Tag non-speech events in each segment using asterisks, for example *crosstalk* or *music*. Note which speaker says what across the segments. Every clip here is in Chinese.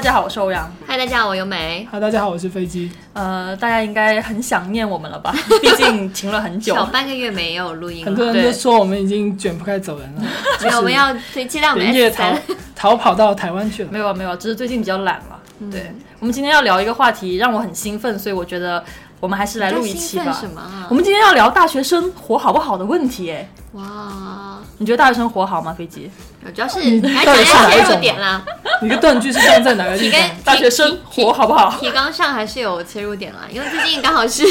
Speaker 1: 家好，我是欧阳。
Speaker 2: 嗨，大家好，我尤美。
Speaker 3: 嗨，大家好，我是飞机。
Speaker 1: 呃，大家应该很想念我们了
Speaker 2: *laughs*
Speaker 1: 吧？毕竟停了很久。
Speaker 2: 小半个月没有录音
Speaker 3: 很多
Speaker 2: 了，
Speaker 3: 人都说我们已经卷铺盖走人了，
Speaker 2: 没有，我们要推期待我们
Speaker 3: 连夜
Speaker 2: S
Speaker 3: 逃
Speaker 2: 三。
Speaker 3: 逃跑到台湾
Speaker 2: *laughs*
Speaker 3: 去了。
Speaker 1: 没有啊没有啊，只是最近比较懒了。
Speaker 2: 嗯
Speaker 1: 对，我们今天要聊一个话题，让我很兴奋，所以我觉得我们还是来录一期吧
Speaker 2: 什。么啊
Speaker 1: 我？们今天要聊大学生活好不好的问题，哎，
Speaker 2: 哇，
Speaker 1: 你觉得大学生活好吗？飞机，
Speaker 2: 主要是
Speaker 1: 嗯
Speaker 2: 还
Speaker 3: 到
Speaker 2: 想
Speaker 3: 底是
Speaker 2: 要
Speaker 3: 哪一
Speaker 2: 切
Speaker 3: 种
Speaker 2: 入点啦，
Speaker 3: 你的断句是站在哪个
Speaker 2: 提
Speaker 3: 地方？
Speaker 2: 跟
Speaker 1: 啊 *laughs* 大学生
Speaker 2: 提
Speaker 1: 活好不
Speaker 2: *laughs*
Speaker 1: 好？
Speaker 2: 提纲上还是有切入点啦，因为最近刚
Speaker 1: *laughs*
Speaker 2: 好是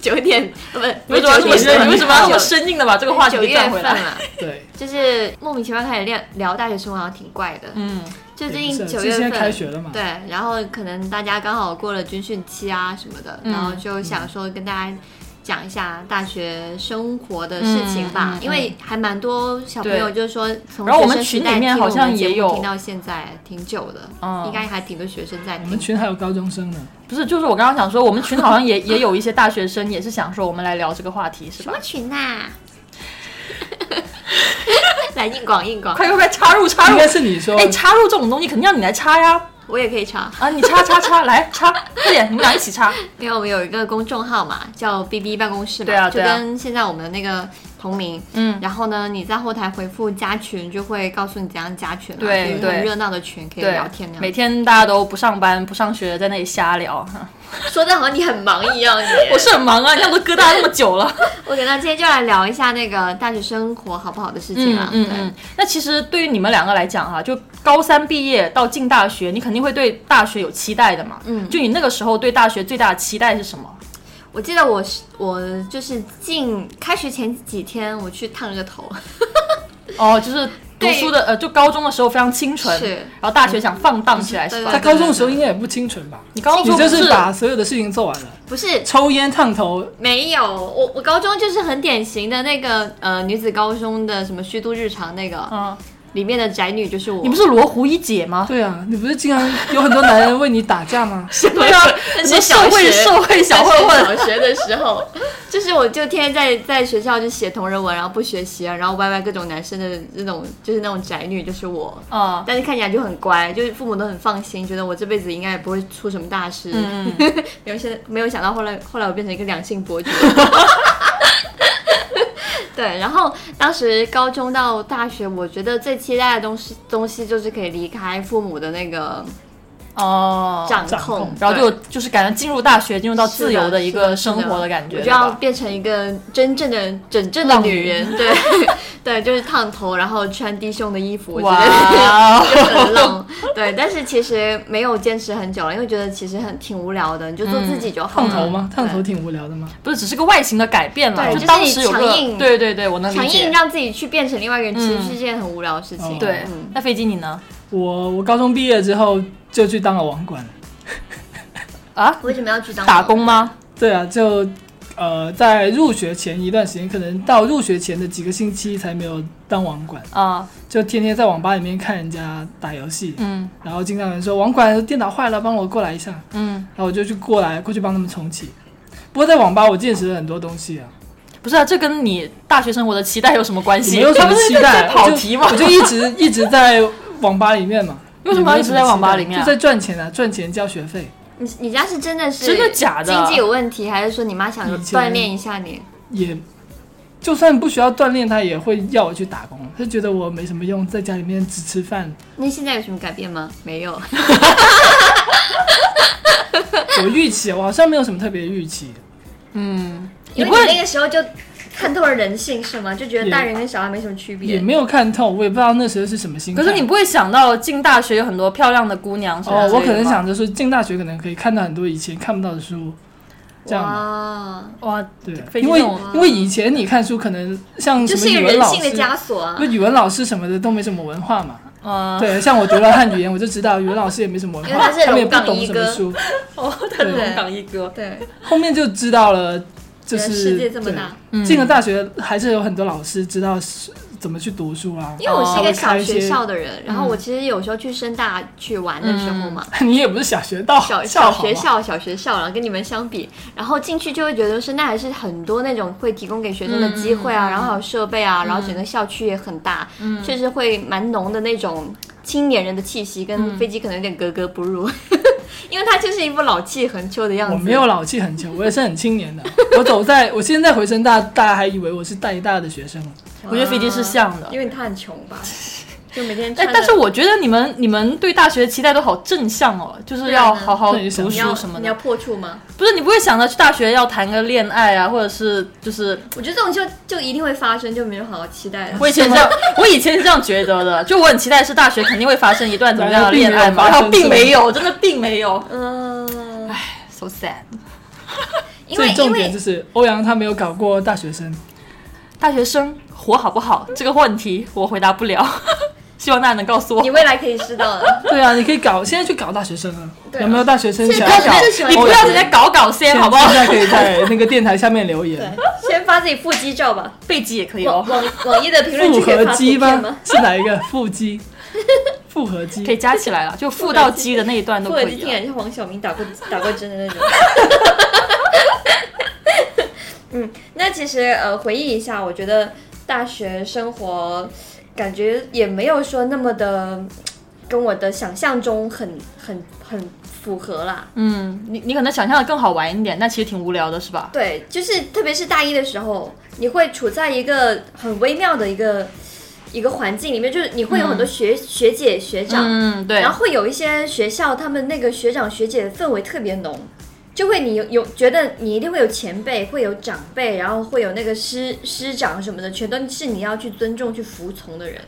Speaker 2: 九点，呃不，
Speaker 1: 为什么要这
Speaker 2: 不
Speaker 1: 么
Speaker 2: 是九点
Speaker 1: 你为什么要这么
Speaker 2: 九
Speaker 1: 生硬的把这个话题
Speaker 2: 哎九
Speaker 1: 给
Speaker 2: 月
Speaker 1: 转回
Speaker 2: 份
Speaker 1: 来？
Speaker 2: 了，
Speaker 3: 对，
Speaker 2: 就是莫名其妙开始聊聊大学生活，好像挺怪的。
Speaker 1: 嗯，
Speaker 2: 就最
Speaker 3: 也不是
Speaker 2: 近九
Speaker 3: 就
Speaker 2: 月
Speaker 3: 现
Speaker 2: 份
Speaker 3: 在开学了嘛
Speaker 2: 对，然后可能大家刚好过了军训期啊什么的，
Speaker 1: 嗯
Speaker 2: 然后就想说跟大家讲一下大学生活的事情吧，
Speaker 1: 嗯嗯嗯
Speaker 2: 因为还蛮多小朋友就是说从
Speaker 1: 然后我们
Speaker 2: 学生时
Speaker 1: 群
Speaker 2: 代
Speaker 1: 里面
Speaker 2: 听
Speaker 1: 好像
Speaker 2: 我们节目
Speaker 1: 也有
Speaker 2: 听到现在挺久的，
Speaker 1: 嗯
Speaker 2: 应该还挺多学生在
Speaker 3: 我们
Speaker 2: 听。
Speaker 3: 群还有高中
Speaker 2: *laughs*
Speaker 3: 生呢，
Speaker 1: 不是，就是我刚刚想说，我们群好像也也有一些大学生也是想说我们来聊这个话题，是
Speaker 2: 什
Speaker 1: 吧
Speaker 2: 么？群呐、 *laughs* 来硬广硬广，
Speaker 1: 快快快，插入插
Speaker 3: 应
Speaker 1: 入
Speaker 3: 该！是你说
Speaker 1: 哎，插入这种东西肯定要你来插呀！
Speaker 2: 我也可以查，
Speaker 1: 啊，你插插插，来插，快点，你们俩一起插。
Speaker 2: 因为我们有一个公众号嘛，叫 B B 办公室嘛，
Speaker 1: 对啊
Speaker 2: 就
Speaker 1: 对啊
Speaker 2: 跟现在我们的那个同名，
Speaker 1: 嗯，
Speaker 2: 然后呢，你在后台回复加群，就会告诉你怎样加群、啊，
Speaker 1: 对
Speaker 2: 就是
Speaker 1: 对
Speaker 2: 很热闹的群可以
Speaker 1: 对，
Speaker 2: 聊天那
Speaker 1: 每
Speaker 2: 样。
Speaker 1: 天大家都不上班不上学，在那里瞎聊。 *laughs*
Speaker 2: 说的好像你很忙一样，你。
Speaker 1: 我是很忙啊，你看我都疙瘩那么久了。
Speaker 2: *laughs* 我给大家今天就来聊一下那个大学生活好不好的事情
Speaker 1: 嗯
Speaker 2: 啊。
Speaker 1: 嗯嗯。那其实对于你们两个来讲哈、就高三毕业到进大学，你肯定会对大学有期待的嘛。
Speaker 2: 嗯
Speaker 1: 就你那个时候对大学最大的期待是什么？
Speaker 2: 对，我记得我是我就是进开学前几天我去烫了个头， *laughs*
Speaker 1: 哦，就是读
Speaker 2: 嗯对
Speaker 1: 书的呃，就高中的时候非常清纯，
Speaker 2: 是嗯
Speaker 1: 然后大学想放荡起来是
Speaker 2: 对
Speaker 3: 在
Speaker 1: 吧？
Speaker 3: 高中的时候应该也不清纯吧？
Speaker 1: 你高中
Speaker 3: 你
Speaker 1: 不
Speaker 3: 就是把所有的事情做完了，
Speaker 2: 不是
Speaker 3: 抽烟、烫头，
Speaker 2: 没有，我我高中就是很典型的那个呃女子高中的什么虚度日常那个、
Speaker 1: 嗯，
Speaker 2: 里面的宅女就是我。
Speaker 1: 你不是罗湖一姐吗？
Speaker 3: 对啊，你不是经常有很多男人为你打架
Speaker 2: *laughs*
Speaker 3: 吗？
Speaker 1: 对啊，什
Speaker 2: 那
Speaker 1: 么
Speaker 2: 是
Speaker 1: 社
Speaker 2: 小
Speaker 1: 会
Speaker 2: 学
Speaker 1: 社会小
Speaker 2: 在
Speaker 1: 混
Speaker 2: 上
Speaker 1: 混，
Speaker 2: 小学的时候，就是我就天天在在学校就写同人文，然后不学习啊，然后歪歪各种男生的那种，就是那种宅女，就是我。
Speaker 1: 啊、
Speaker 2: 但是看起来就很乖，就是父母都很放心，觉得我这辈子应该也不会出什么大事。
Speaker 1: 嗯，
Speaker 2: *laughs* 没有现在没有想到后来后来我变成一个良性
Speaker 1: *laughs*
Speaker 2: 博主。对，然后当时高中到大学，我觉得最期待的东西东西就是可以离开父母的那个
Speaker 1: 哦，
Speaker 2: 掌控，
Speaker 3: 掌控
Speaker 1: 然后就
Speaker 2: 对
Speaker 1: 就是感觉进入大学，进入到自由的一
Speaker 2: 是
Speaker 1: 个
Speaker 2: 的是的
Speaker 1: 生活的感觉，
Speaker 2: 我
Speaker 1: 对
Speaker 2: 就要
Speaker 1: 吧？
Speaker 2: 变成一个真正的真正的女人，对 *laughs* 对，就是烫头，然后穿低胸的衣服，我觉得
Speaker 1: 哇哦，
Speaker 2: 就很浪。对，但是其实没有坚持很久了，因为觉得其实很挺无聊的，你就做
Speaker 1: 嗯
Speaker 2: 自己就好
Speaker 3: 烫
Speaker 2: 了。
Speaker 3: 头吗？烫头
Speaker 2: 对
Speaker 3: 挺无聊的吗？
Speaker 1: 不是只是个外形的改变了，
Speaker 2: 对
Speaker 1: 当时有
Speaker 2: 就是
Speaker 1: 个
Speaker 2: 你强硬
Speaker 1: 对对对，我能
Speaker 2: 强
Speaker 1: 理
Speaker 2: 硬
Speaker 1: 解。嗯
Speaker 2: 让自己去变成另外一个人，其实是件很无聊的事情。
Speaker 3: 哦
Speaker 1: 对
Speaker 2: 嗯，
Speaker 1: 那飞机你呢？
Speaker 3: 我我高中毕业之后就去当了网管。
Speaker 1: 啊，
Speaker 2: 为什么要去当
Speaker 1: 打？工吗？
Speaker 3: 对啊，就呃，在入学前一段时间，可能到入学前的几个星期才没有当网管，
Speaker 1: 啊，
Speaker 3: 就天天在网吧里面看人家打游戏，
Speaker 1: 嗯
Speaker 3: 然后经常有人说网管电脑坏了，帮我过来一下，
Speaker 1: 嗯，
Speaker 3: 然后我就去过来过去帮他们重启。不过在网吧我见识了很多东西啊，
Speaker 1: 不是啊，这跟你大学生活的期待有什么关系？
Speaker 3: 没有什么期
Speaker 1: *laughs*
Speaker 3: 待，
Speaker 1: 这跑
Speaker 3: 我就
Speaker 1: 题嘛
Speaker 3: 我就一直一直在网吧里面嘛。
Speaker 1: *laughs* 为什么要一直在网吧里面啊
Speaker 3: 就在赚钱啊，赚钱交学费。
Speaker 2: 你你家是真的是
Speaker 1: 真的假的
Speaker 2: 经济有问题，还是说你妈想
Speaker 3: 以前
Speaker 2: 锻炼一下你？
Speaker 3: 也就算不需要锻炼，他也会要我去打工。他觉得我没什么用，在家里面只吃
Speaker 2: *laughs*
Speaker 3: 饭，
Speaker 2: 那现在有什么改变吗？没有。
Speaker 3: 我预期我好像没有什么特别预期，
Speaker 1: 嗯，你
Speaker 2: 因为
Speaker 1: 不会
Speaker 2: 你那个时候就看透了人性是吗？就觉得
Speaker 3: 也
Speaker 2: 大人跟小孩没什么区
Speaker 3: 也
Speaker 2: 别。
Speaker 3: 没有看透，我也不知道那时候是什么心态。
Speaker 1: 可是你不会想到进大学有很多漂亮的姑娘什么
Speaker 3: 哦，
Speaker 1: 之
Speaker 3: 我
Speaker 1: 类
Speaker 3: 可
Speaker 1: 的
Speaker 3: 能
Speaker 1: 吗
Speaker 3: 想着说进大学可能可以看到很多以前看不到的书，这样啊吧。
Speaker 2: 哇，
Speaker 1: 哇，
Speaker 3: 对，
Speaker 1: 飞机
Speaker 3: 因为
Speaker 1: 那种
Speaker 3: 因为以前你看书可能像
Speaker 2: 啊就
Speaker 3: 什
Speaker 2: 是
Speaker 3: 么
Speaker 2: 一个
Speaker 3: 语文
Speaker 2: 人
Speaker 3: 老
Speaker 2: 性的
Speaker 3: 师，
Speaker 2: 枷锁啊
Speaker 3: 那。语文老师什么的都没什么文化
Speaker 2: *laughs*
Speaker 3: 嘛。
Speaker 1: 呃，
Speaker 3: 对， *laughs* 像我读了汉语言，我就知道语文老师也没什么文
Speaker 2: 因为他
Speaker 3: 化，
Speaker 2: 是
Speaker 3: 他们也
Speaker 2: 龙
Speaker 3: 不
Speaker 2: 岗
Speaker 3: 懂
Speaker 2: 一
Speaker 3: 什么
Speaker 2: 哥
Speaker 3: 书。
Speaker 1: 哦，他是
Speaker 3: 对
Speaker 1: 龙岗一哥，
Speaker 2: 对，
Speaker 3: 后面就知道了，就
Speaker 2: 原
Speaker 3: 是
Speaker 2: 来世界这么大
Speaker 1: 嗯
Speaker 3: 对进了大学还是有很多老师知道是怎么去读书啊。
Speaker 2: 因为我是一个小学
Speaker 3: 哦
Speaker 2: 校的人，然后我其实有时候去深大去玩的时候嘛，
Speaker 3: *laughs* 你也不是小学到
Speaker 2: 小
Speaker 3: 校
Speaker 2: 小
Speaker 3: 好吧
Speaker 2: 学校小学校，然后跟你们相比，然后进去就会觉得深大还是很多那种会提供给学生的
Speaker 3: 嗯
Speaker 2: 机会啊，然后还有设备啊，然后整个校区也很大，确实会蛮浓的那种青年人的气息
Speaker 3: 嗯
Speaker 2: 跟飞机可能有点格格不入， *laughs* 因为他就是一副老气横秋的样子。
Speaker 3: 我没有老气很久，我也是很青年的。我走在，我现在回深大，大家还以为我是带大的学生了。
Speaker 1: 我觉得飞机是像的
Speaker 2: 因。为他很穷
Speaker 3: *laughs*
Speaker 2: 吧，就每天穿
Speaker 1: 哎
Speaker 2: 着。，
Speaker 1: 但是我觉得你们你们对大学的期待都好正向哦，就是要
Speaker 2: 对啊
Speaker 1: 好好
Speaker 3: 对
Speaker 1: 读
Speaker 2: 你要
Speaker 1: 书什么
Speaker 2: 你要
Speaker 1: 的。
Speaker 2: 破处吗？
Speaker 1: 不是你不会想着去大学要谈个恋爱啊，或者是就是
Speaker 2: 我觉得这种就就一定会发生，就没有好好期待了。
Speaker 1: 我以前这样，我以前是这样觉得的，就我很期待是大学肯定会发生一段怎么样的恋爱嘛，然
Speaker 3: 然后
Speaker 1: 后
Speaker 3: 并
Speaker 1: 并
Speaker 3: 没
Speaker 1: 没有，真的并没有
Speaker 2: 嗯，
Speaker 1: ，so sad。
Speaker 2: 因
Speaker 3: 所
Speaker 2: 为
Speaker 3: 以
Speaker 2: 因
Speaker 3: 重点
Speaker 2: 为
Speaker 3: 就是欧阳他没有搞过大学生，
Speaker 1: 大学生活好不好这个问题我回答不了， *laughs* 希望大家能告诉我
Speaker 2: 你。未来可以知道
Speaker 3: *laughs*
Speaker 2: 的。
Speaker 3: 对啊，你可以搞，现在去搞大学生啊！
Speaker 2: 对啊
Speaker 3: 有没有大学生
Speaker 2: 现
Speaker 3: 想
Speaker 2: 在
Speaker 3: 搞？
Speaker 2: 就是喜欢
Speaker 1: 你不
Speaker 2: 搞
Speaker 1: 要
Speaker 2: 搞
Speaker 1: 人家搞搞先
Speaker 3: 现
Speaker 1: 好不好
Speaker 3: 现？在可以在那个电台下面留言。
Speaker 2: 先发自己腹肌照吧，
Speaker 1: 背肌也可以
Speaker 2: 网
Speaker 1: 哦，
Speaker 2: 网网易的评论
Speaker 3: 复
Speaker 2: 区可以
Speaker 3: 合
Speaker 2: 发图
Speaker 3: 肌
Speaker 2: 片
Speaker 3: 吗
Speaker 2: 吗？？
Speaker 3: 是哪一个？
Speaker 2: *laughs*
Speaker 3: 腹肌？复合
Speaker 1: 可以
Speaker 3: 肌？
Speaker 1: 加起来了，啊就腹到肌的那一段都
Speaker 2: 我
Speaker 1: 可
Speaker 2: 已经
Speaker 1: 以啊
Speaker 2: 听
Speaker 1: 了。
Speaker 2: 人家黄晓明打
Speaker 1: *laughs*
Speaker 2: 过打过针的那种。 *laughs* 嗯，那其实呃，回忆一下，我觉得大学生活感觉也没有说那么的跟我的想象中很很很符合啦。
Speaker 1: 嗯，你你可能想象的更好玩一点，但其实挺无聊的，是吧？
Speaker 2: 对，就是特别是大一的时候，你会处在一个很微妙的一个一个环境里面，就是你会有很多
Speaker 3: 嗯
Speaker 2: 学、学姐学长，
Speaker 1: 嗯，对
Speaker 2: 然。后会有一些学校，他们那个学长学姐的氛围特别浓，就会你有有觉得你一定会有前辈，会有长辈，然后会有那个师师长什么的，全都是你要去尊重、去服从的人。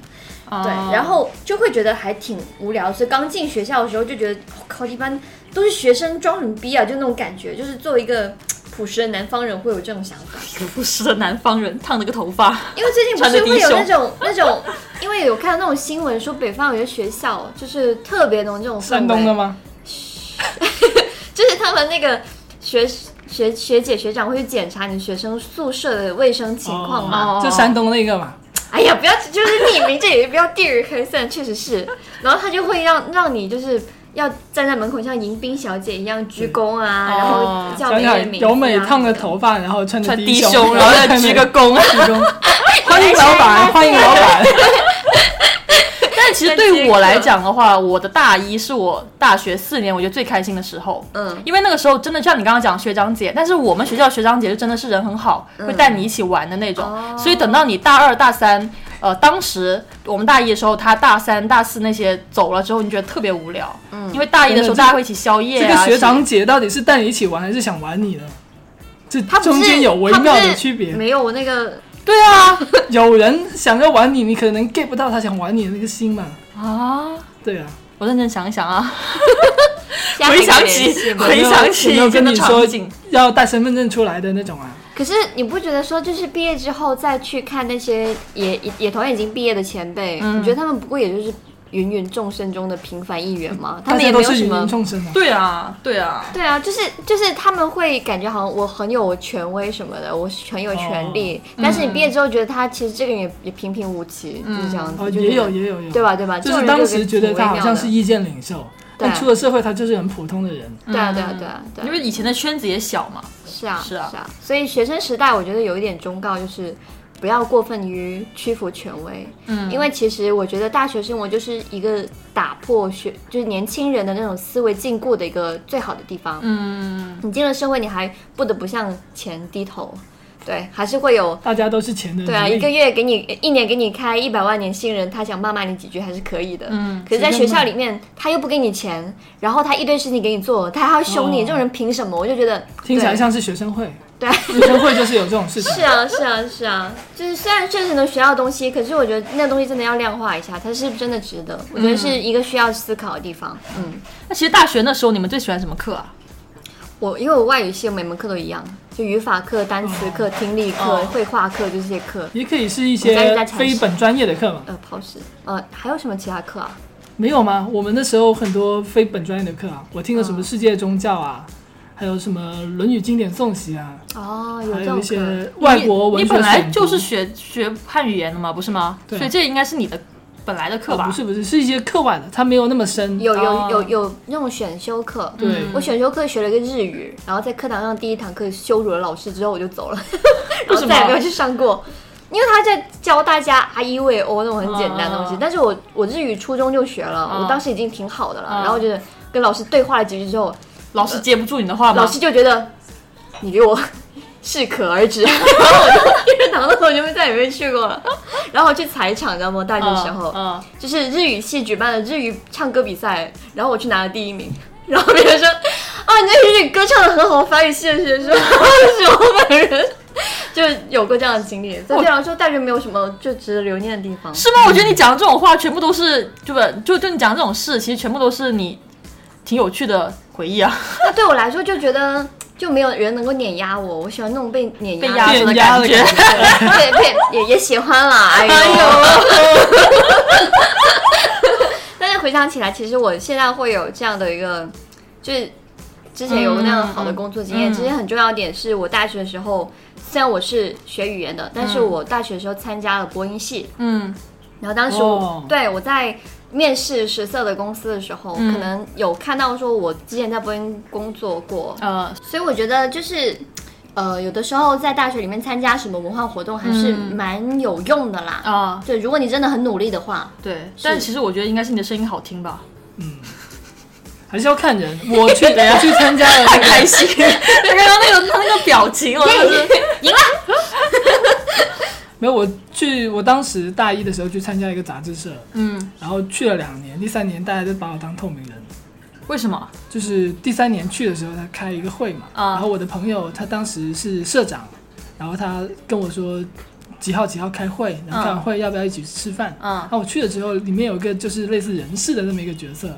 Speaker 1: 对
Speaker 2: 对，
Speaker 1: *laughs*
Speaker 2: 然后就会觉得还挺无聊，所以刚进学校的时候就觉得，我、靠，一般都是学生装什么逼啊，就那种感觉，就是作为一个朴实的南方人会有这种想法。
Speaker 1: 朴实的南方人烫了个头发，
Speaker 2: 因为最近不
Speaker 1: 穿着
Speaker 2: 是
Speaker 1: 低
Speaker 2: 会有
Speaker 1: 胸
Speaker 2: 那种那种，因为有看到那种新闻说北方有些学校就是特别浓这种氛围
Speaker 3: 山东的吗？
Speaker 2: 就是他们那个学学学姐学长会去检查你学生宿舍的卫生情况嘛。
Speaker 3: 哦就山东那个嘛。
Speaker 2: 哎呀，不要就是匿名，这也不要地域黑色，确实是。然后他就会让让你就是要站在门口像迎宾小姐一样鞠躬
Speaker 1: 嗯
Speaker 2: 啊，然
Speaker 1: 哦
Speaker 2: 后叫
Speaker 3: 想
Speaker 2: 别人
Speaker 3: 想
Speaker 2: 名字啊
Speaker 3: 由美烫个，头发，然后穿着
Speaker 1: 穿低
Speaker 3: 胸，
Speaker 1: 胸，然后再鞠个躬。
Speaker 3: 鞠
Speaker 1: *laughs*
Speaker 3: 躬。 *laughs* 欢迎
Speaker 2: *laughs*
Speaker 3: 老
Speaker 2: 啊
Speaker 3: 板，欢迎老板。
Speaker 1: 但其实对我来讲的话，我的大一是我大学四年我觉得最开心的时候。
Speaker 2: 嗯，
Speaker 1: 因为那个时候真的像你刚刚讲学长姐，但是我们学校学长姐就真的是人很好，会带你一起玩的那种。
Speaker 2: 嗯哦
Speaker 1: 所以等到你大二大三，呃，当时我们大一的时候，他大三大四那些走了之后，你觉得特别无聊，
Speaker 2: 嗯
Speaker 1: 因为大一的时候
Speaker 3: 真的这个
Speaker 1: 大家会一起宵夜
Speaker 3: 这
Speaker 1: 啊。
Speaker 3: 个学
Speaker 1: 一
Speaker 3: 长
Speaker 1: 起
Speaker 3: 姐到底是带你一起玩，还是想玩你呢？这
Speaker 2: 他不是
Speaker 3: 中间有微妙
Speaker 2: 他不
Speaker 3: 的
Speaker 2: 是
Speaker 3: 区别。
Speaker 2: 没有我那个
Speaker 1: 对啊
Speaker 3: *laughs* 有人想要玩你，你可能 get 不到他想玩你的那个心嘛。
Speaker 1: 啊！
Speaker 3: 对啊，
Speaker 1: 我认真想一想啊，
Speaker 2: 家
Speaker 1: 回
Speaker 2: 庭
Speaker 1: 想
Speaker 2: 联
Speaker 1: 起
Speaker 2: 系嘛
Speaker 1: 回想起
Speaker 3: 有没有跟
Speaker 1: 真的
Speaker 3: 你说
Speaker 1: 场景，
Speaker 3: 要带身份证出来的那种啊？
Speaker 2: 可是你不觉得说，就是毕业之后再去看那些也也同样已经毕业的前辈，
Speaker 3: 嗯
Speaker 2: 你觉得他们不过也就是芸芸众生中的平凡一员吗？他
Speaker 3: 嗯大
Speaker 2: 们也
Speaker 3: 家
Speaker 2: 没有
Speaker 3: 都是
Speaker 2: 什
Speaker 3: 芸
Speaker 2: 么
Speaker 3: 芸。众生啊。
Speaker 1: 对啊，对啊，
Speaker 2: 对啊，就是就是他们会感觉好像我很有权威什么的，我很有权
Speaker 3: 哦
Speaker 2: 利。但是你毕业之后觉得他其实这个人也也平平无奇，就是这样子。
Speaker 3: 哦，
Speaker 2: 就觉得
Speaker 3: 也有也有也有，
Speaker 2: 对吧？对吧？
Speaker 3: 就
Speaker 2: 这
Speaker 3: 是
Speaker 2: 种人
Speaker 3: 当时觉得他好像是
Speaker 2: 挺微妙
Speaker 3: 意见领袖，
Speaker 2: 对啊
Speaker 3: 但出了社会他就是很普通的人。
Speaker 2: 的对啊对啊对啊对啊
Speaker 1: 因
Speaker 3: 嗯
Speaker 1: 为以前的圈子也小嘛。
Speaker 2: 是啊，
Speaker 1: 是啊
Speaker 2: 所以学生时代，我觉得有一点忠告就是。不要过分于屈服权威，嗯，因为其实我觉得大学生活就是一个打破学，就是年轻人的那种思维禁锢的一个最好的地方，嗯，你进了社会，你还不得不向前低头，对，还是会有，
Speaker 3: 大家都是钱的
Speaker 2: 对啊，
Speaker 3: 奴隶
Speaker 2: 一个月给你，一年给你开一百万年薪人，他想骂骂你几句还是可以的，嗯，可是，在
Speaker 3: 谁
Speaker 2: 学
Speaker 3: 让骂
Speaker 2: 校里面，他又不给你钱，然后他一堆事情给你做，他还要凶你，
Speaker 3: 哦
Speaker 2: 这种人凭什么？我就觉得
Speaker 3: 听起来
Speaker 2: 对
Speaker 3: 像是学生会，
Speaker 2: 对，
Speaker 3: 学生会就是有这种事情。
Speaker 2: 是啊，是啊，是啊，就是虽然确实能学到东西，可是我觉得那东西真的要量化一下，它是不是真的值得？我觉得是一个需要思考的地方。嗯，
Speaker 1: 那其实大学那时候你们最喜欢什么课啊？
Speaker 2: 我因为我外语系每门课都一样，就语法课、单词课、听力课、
Speaker 1: 哦
Speaker 2: 绘画课，就这些课。
Speaker 3: 也可以是一
Speaker 2: 我在
Speaker 3: 些
Speaker 2: 在尝试
Speaker 3: 非本专业的课嘛？
Speaker 2: 呃，抛石，呃，还有什么其他课啊？
Speaker 3: 没有吗？我们那时候很多非本专业的课啊，我听了什么世界宗教啊，还有什么《论语经典诵习》啊，
Speaker 2: 哦，有
Speaker 3: 还
Speaker 2: 这
Speaker 3: 有
Speaker 2: 种
Speaker 3: 一
Speaker 2: 课。
Speaker 3: 些外国文
Speaker 1: 你
Speaker 3: 学
Speaker 1: 你本来
Speaker 3: 选读
Speaker 1: 就是学学汉语言的嘛，不是吗？
Speaker 3: 对啊呃
Speaker 1: 所以这应该是你的本来的课吧？
Speaker 3: 哦不是不是，是一些课外的，它没有那么深。
Speaker 2: 有有
Speaker 1: 哦
Speaker 2: 有有那种选修课，
Speaker 3: 对
Speaker 2: 我选修课学了一个日语，然后在课堂上第一堂课羞辱了老师之后我就走了， *laughs*
Speaker 1: 为
Speaker 2: 然
Speaker 1: 什么
Speaker 2: 后再也没有去上过。因为他在教大家啊一尾欧那种很简单的东西，
Speaker 1: 嗯
Speaker 2: 但是我我日语初中就学了，
Speaker 1: 嗯
Speaker 2: 我当时已经挺好的了，
Speaker 1: 嗯
Speaker 2: 然后就是跟老师对话了几句之后，
Speaker 1: 老师接不住你的话吗？
Speaker 2: 老师就觉得你给我 *laughs* 适可而止，然 *laughs* 后我就一直堂的时候就再也没去过了，然后我去踩场，你知道吗？大学的时候，
Speaker 1: 嗯，
Speaker 2: 就是日语系举办的日语唱歌比赛，然后我去拿了第一名，然后别人说啊，你那日语歌唱的很好，法语系的学 *laughs* 生，是我本人。 *laughs* 就有过这样的经历，所以对我来说，大学没有什么就值得留念的地方。
Speaker 1: 是吗？我觉得你讲的这种话，全部都是就不就就你讲这种事，其实全部都是你挺有趣的回
Speaker 3: *laughs*
Speaker 1: 忆啊。
Speaker 2: 那对我来说，就觉得就没有人能够碾压我，我喜欢那种被碾
Speaker 1: 被
Speaker 2: 压
Speaker 1: 压
Speaker 2: 的
Speaker 1: 着的
Speaker 3: 变压
Speaker 1: 感
Speaker 3: 的
Speaker 1: 觉
Speaker 3: 感。
Speaker 2: 对对，也也喜欢啦，哎呦。但是回想起来，其实我现在会有这样的一个，就是之前有那样好的工作经验。
Speaker 1: 嗯嗯
Speaker 2: 其实很重要的点是我大学的时候，虽然我是学语言的，但是我大学的时候参加了播音系，
Speaker 1: 嗯
Speaker 2: 然后当时我、
Speaker 3: 哦
Speaker 2: 对我在。面试十色的公司的时候，
Speaker 1: 嗯
Speaker 2: 可能有看到说我之前在播音工作过，
Speaker 1: 呃
Speaker 2: 所以我觉得就是，呃，有的时候在大学里面参加什么文化活动还是
Speaker 1: 嗯
Speaker 2: 蛮有用的啦。
Speaker 1: 啊，
Speaker 2: 对，如果你真的很努力的话，
Speaker 1: 对。但其实我觉得应该是你的声音好听
Speaker 3: *laughs*
Speaker 1: 吧，
Speaker 3: 还是要看人。我去，我去参加了那个， *laughs*
Speaker 1: 心。刚刚那个他那个表情，我真是
Speaker 3: 没有，我去，我当时大一的时候去参加一个杂志社，
Speaker 1: 嗯，
Speaker 3: 然后去了两年，第三年大家就把我当透明人。
Speaker 1: 为什么？
Speaker 3: 就是第三年去的时候，他开一个会嘛，
Speaker 1: 啊
Speaker 3: 然后我的朋友他当时是社长，然后他跟我说几号几号开会，然后开完会要不要一起吃饭？
Speaker 1: 嗯
Speaker 3: 然后我去了之后，里面有一个就是类似人事的那么一个角色，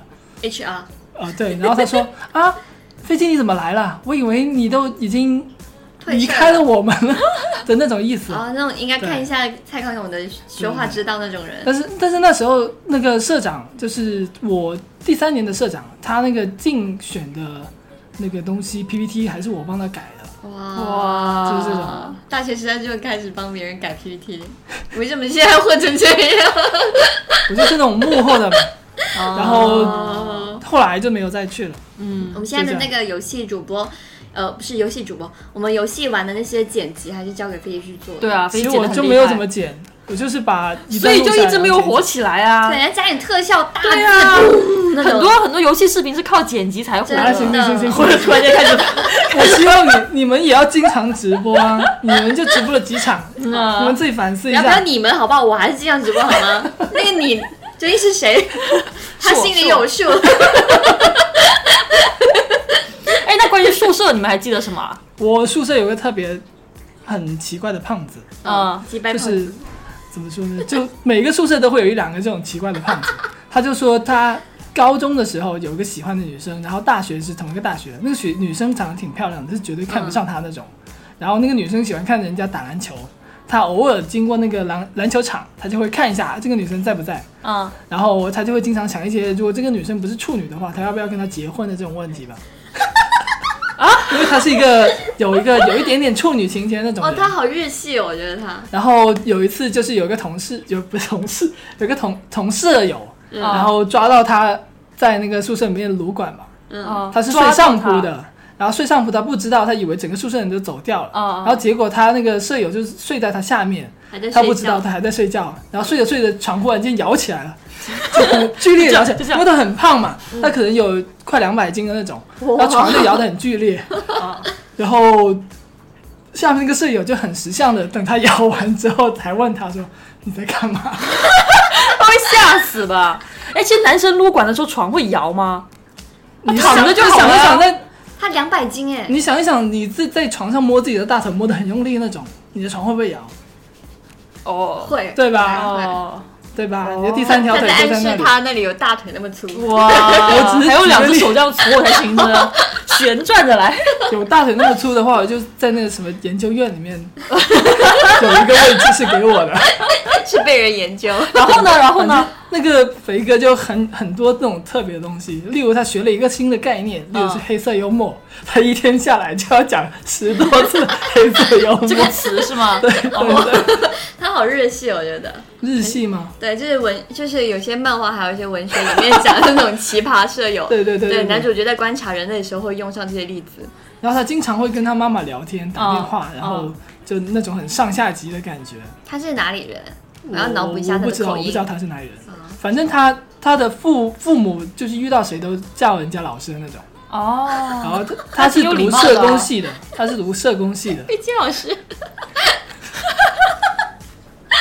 Speaker 2: HR
Speaker 3: 啊，对，然后他说 *laughs* 啊，飞机你怎么来了？我以为你都已经
Speaker 2: 退
Speaker 3: 离
Speaker 2: 社
Speaker 3: 开了
Speaker 2: 了
Speaker 3: 我们了 *laughs* 的那种意思。
Speaker 2: 啊，那种应该看一下蔡康永的说话之道那种人。
Speaker 3: 但是但是那时候那个社长就是我第三年的社长，他那个竞选的那个东西 PPT 还是我帮他改的。
Speaker 2: 哇，
Speaker 1: 哇
Speaker 3: 就是这
Speaker 1: 啊
Speaker 3: 种
Speaker 2: 大学时代就开始帮别人改 PPT，为什么现在混成这样？
Speaker 3: 我就是那种幕后的嘛，
Speaker 1: *laughs*
Speaker 3: 然
Speaker 1: 啊
Speaker 3: 后
Speaker 2: 哦
Speaker 3: 后来就没有再去了。
Speaker 1: 嗯
Speaker 2: 我们现在的
Speaker 3: 就这
Speaker 2: 那个游戏主播，呃，不是游戏主播，我们游戏玩的那些剪辑还是交给飞机去做的。
Speaker 1: 对啊，
Speaker 3: 其
Speaker 1: 飞
Speaker 3: 实
Speaker 1: 机剪
Speaker 3: 我
Speaker 1: 得很
Speaker 3: 就
Speaker 1: 厉
Speaker 3: 没有
Speaker 1: 害
Speaker 3: 怎么剪，我就是把一
Speaker 1: 所
Speaker 3: 段
Speaker 1: 以
Speaker 3: 录下来，
Speaker 1: 就一直没有
Speaker 3: 然后
Speaker 1: 火
Speaker 3: 剪辑。
Speaker 1: 起来啊
Speaker 2: 对，。要加点特效，大字
Speaker 1: 对啊
Speaker 2: 幕那种
Speaker 1: *laughs* 很多很多游戏视频是靠剪辑才火
Speaker 2: 真的
Speaker 3: 啊，
Speaker 1: 的，
Speaker 3: 行行行行
Speaker 1: *laughs* 或
Speaker 3: 行
Speaker 1: 者突然间
Speaker 3: *laughs*
Speaker 1: 开始，
Speaker 3: 我希望你你们也要经常直播啊， *laughs* 你们就直播了几场，
Speaker 1: 嗯
Speaker 3: 你们
Speaker 1: 啊
Speaker 3: 自己反思一
Speaker 2: 要不要
Speaker 3: 下。
Speaker 2: 你们好不好？我还是这样直播好吗？那个你究竟是谁？他心里有数。
Speaker 1: 哎，那关于宿舍你们还记得什么啊？
Speaker 3: 我宿舍有个特别很奇怪的胖子，
Speaker 1: 嗯，
Speaker 2: 击败
Speaker 3: 就
Speaker 2: 胖
Speaker 3: 是
Speaker 2: 子。
Speaker 3: 怎么说呢？ *laughs* 就每个宿舍都会有一两个这种奇怪的胖子。 *laughs* 他就说他高中的时候有一个喜欢的女生，然后大学是同一个大学，那个学女生长得挺漂亮的，是绝对看不上他那种。然后那个女生喜欢看人家打篮球，他偶尔经过那个篮篮球场，他就会看一下啊这个女生在不在。
Speaker 1: 嗯，
Speaker 3: 然后他就会经常想一些，如果这个女生不是处女的话，他要不要跟她结婚的这种问题吧。啊，因为他是一个有一个有一点点处女情节那种
Speaker 2: 哦，
Speaker 3: 人。
Speaker 2: 他好日系哦，我觉得他。
Speaker 3: 然后有一次就是有一个同事， *laughs* 有不是同事，有个同同舍友，
Speaker 1: 嗯
Speaker 3: 然后抓到他在那个宿舍里面撸管嘛，
Speaker 2: 嗯，
Speaker 1: 嗯
Speaker 3: 他是睡
Speaker 1: 抓
Speaker 3: 上
Speaker 1: 住他
Speaker 3: 铺的。然后睡上铺，他不知道，他以为整个宿舍人都走掉了。
Speaker 1: 嗯嗯
Speaker 3: 然后结果他那个舍友就是睡在他下面，
Speaker 2: 还在
Speaker 3: 他不
Speaker 2: 睡
Speaker 3: 知道
Speaker 2: 觉。
Speaker 3: 他还在睡觉。然后睡着睡着，床忽然间摇起来
Speaker 1: *laughs*
Speaker 3: 了，就很剧烈地摇起来
Speaker 1: 就这，
Speaker 3: 因
Speaker 1: 样
Speaker 3: 为他很胖嘛，他可能有快两百斤的那种，然后床就摇得很
Speaker 1: *laughs*
Speaker 3: 剧烈。
Speaker 1: 啊
Speaker 3: 然后下面那个舍友就很识相的，等他摇完之后才问他说：“你在干嘛
Speaker 1: 他会吓死吧？哎，其实男生撸管的时候床会摇吗？？”
Speaker 3: 你
Speaker 1: 哦躺
Speaker 3: 想
Speaker 1: 着就
Speaker 3: 你
Speaker 1: 好
Speaker 3: 想一
Speaker 1: 了
Speaker 3: 想在，
Speaker 2: 他两百斤哎，
Speaker 3: 你想一想，你自己在床上摸自己的大腿摸得很用力那种，你的床会不会摇？
Speaker 1: 哦
Speaker 2: 会
Speaker 3: 对吧？
Speaker 1: 哦，
Speaker 3: 对吧？
Speaker 1: 哦
Speaker 3: 你的第三条
Speaker 2: 他
Speaker 3: 腿
Speaker 2: 在
Speaker 3: 就
Speaker 2: 暗
Speaker 3: 在那
Speaker 2: 示
Speaker 3: 里。
Speaker 2: 他那里有大腿那么粗。
Speaker 1: 哇，
Speaker 3: 只是举
Speaker 1: 还有
Speaker 3: 个
Speaker 1: 两只
Speaker 3: 例
Speaker 1: 手这样扶我才行
Speaker 3: *laughs*
Speaker 1: 的，旋转着来。
Speaker 3: 有大腿那么粗的话，我就在那个什么研究院
Speaker 1: *laughs*
Speaker 3: 里面有一个位置是给我的。
Speaker 2: 是被人研究。
Speaker 1: 然后
Speaker 3: *laughs*
Speaker 1: 呢，然后
Speaker 3: 反正
Speaker 1: 呢？
Speaker 3: 那个肥哥就很很多那种特别的东西，例如他学了一个新的概念，例如是黑色幽默，他一天下来就要讲十多次黑色幽
Speaker 1: *laughs*
Speaker 3: 默。
Speaker 1: 这个哦词是吗？
Speaker 3: 对对对，
Speaker 2: *laughs* 他好日系，哦我觉得。
Speaker 3: 日系吗？
Speaker 2: 对，就是文，就是有些漫画，还有一些文学里面讲的那种奇葩舍友。
Speaker 1: 哦
Speaker 3: 对对对对
Speaker 2: 对，
Speaker 3: 对
Speaker 2: 男主角在观察人类的时候会用上这些例子。
Speaker 3: 然后他经常会跟他妈妈聊天、打电话，
Speaker 1: 嗯
Speaker 3: 然后就那种很上下级的感觉。
Speaker 2: 他是哪里人？我要脑补一下
Speaker 3: 我
Speaker 2: 他
Speaker 3: 不
Speaker 2: 的
Speaker 3: 知道，
Speaker 2: 口
Speaker 3: 我不
Speaker 2: 音
Speaker 3: 知。道他是哪里人。
Speaker 2: 嗯
Speaker 3: 反正他他的父父母就是遇到谁都叫人家老师的那种。
Speaker 2: 嗯
Speaker 3: 然
Speaker 1: 哦，
Speaker 3: 后他他是
Speaker 1: 挺有礼
Speaker 3: 读
Speaker 1: 貌的
Speaker 3: 社工系的，他是读社工系的。
Speaker 2: 啊 *laughs* 毕竟老师，
Speaker 3: *laughs*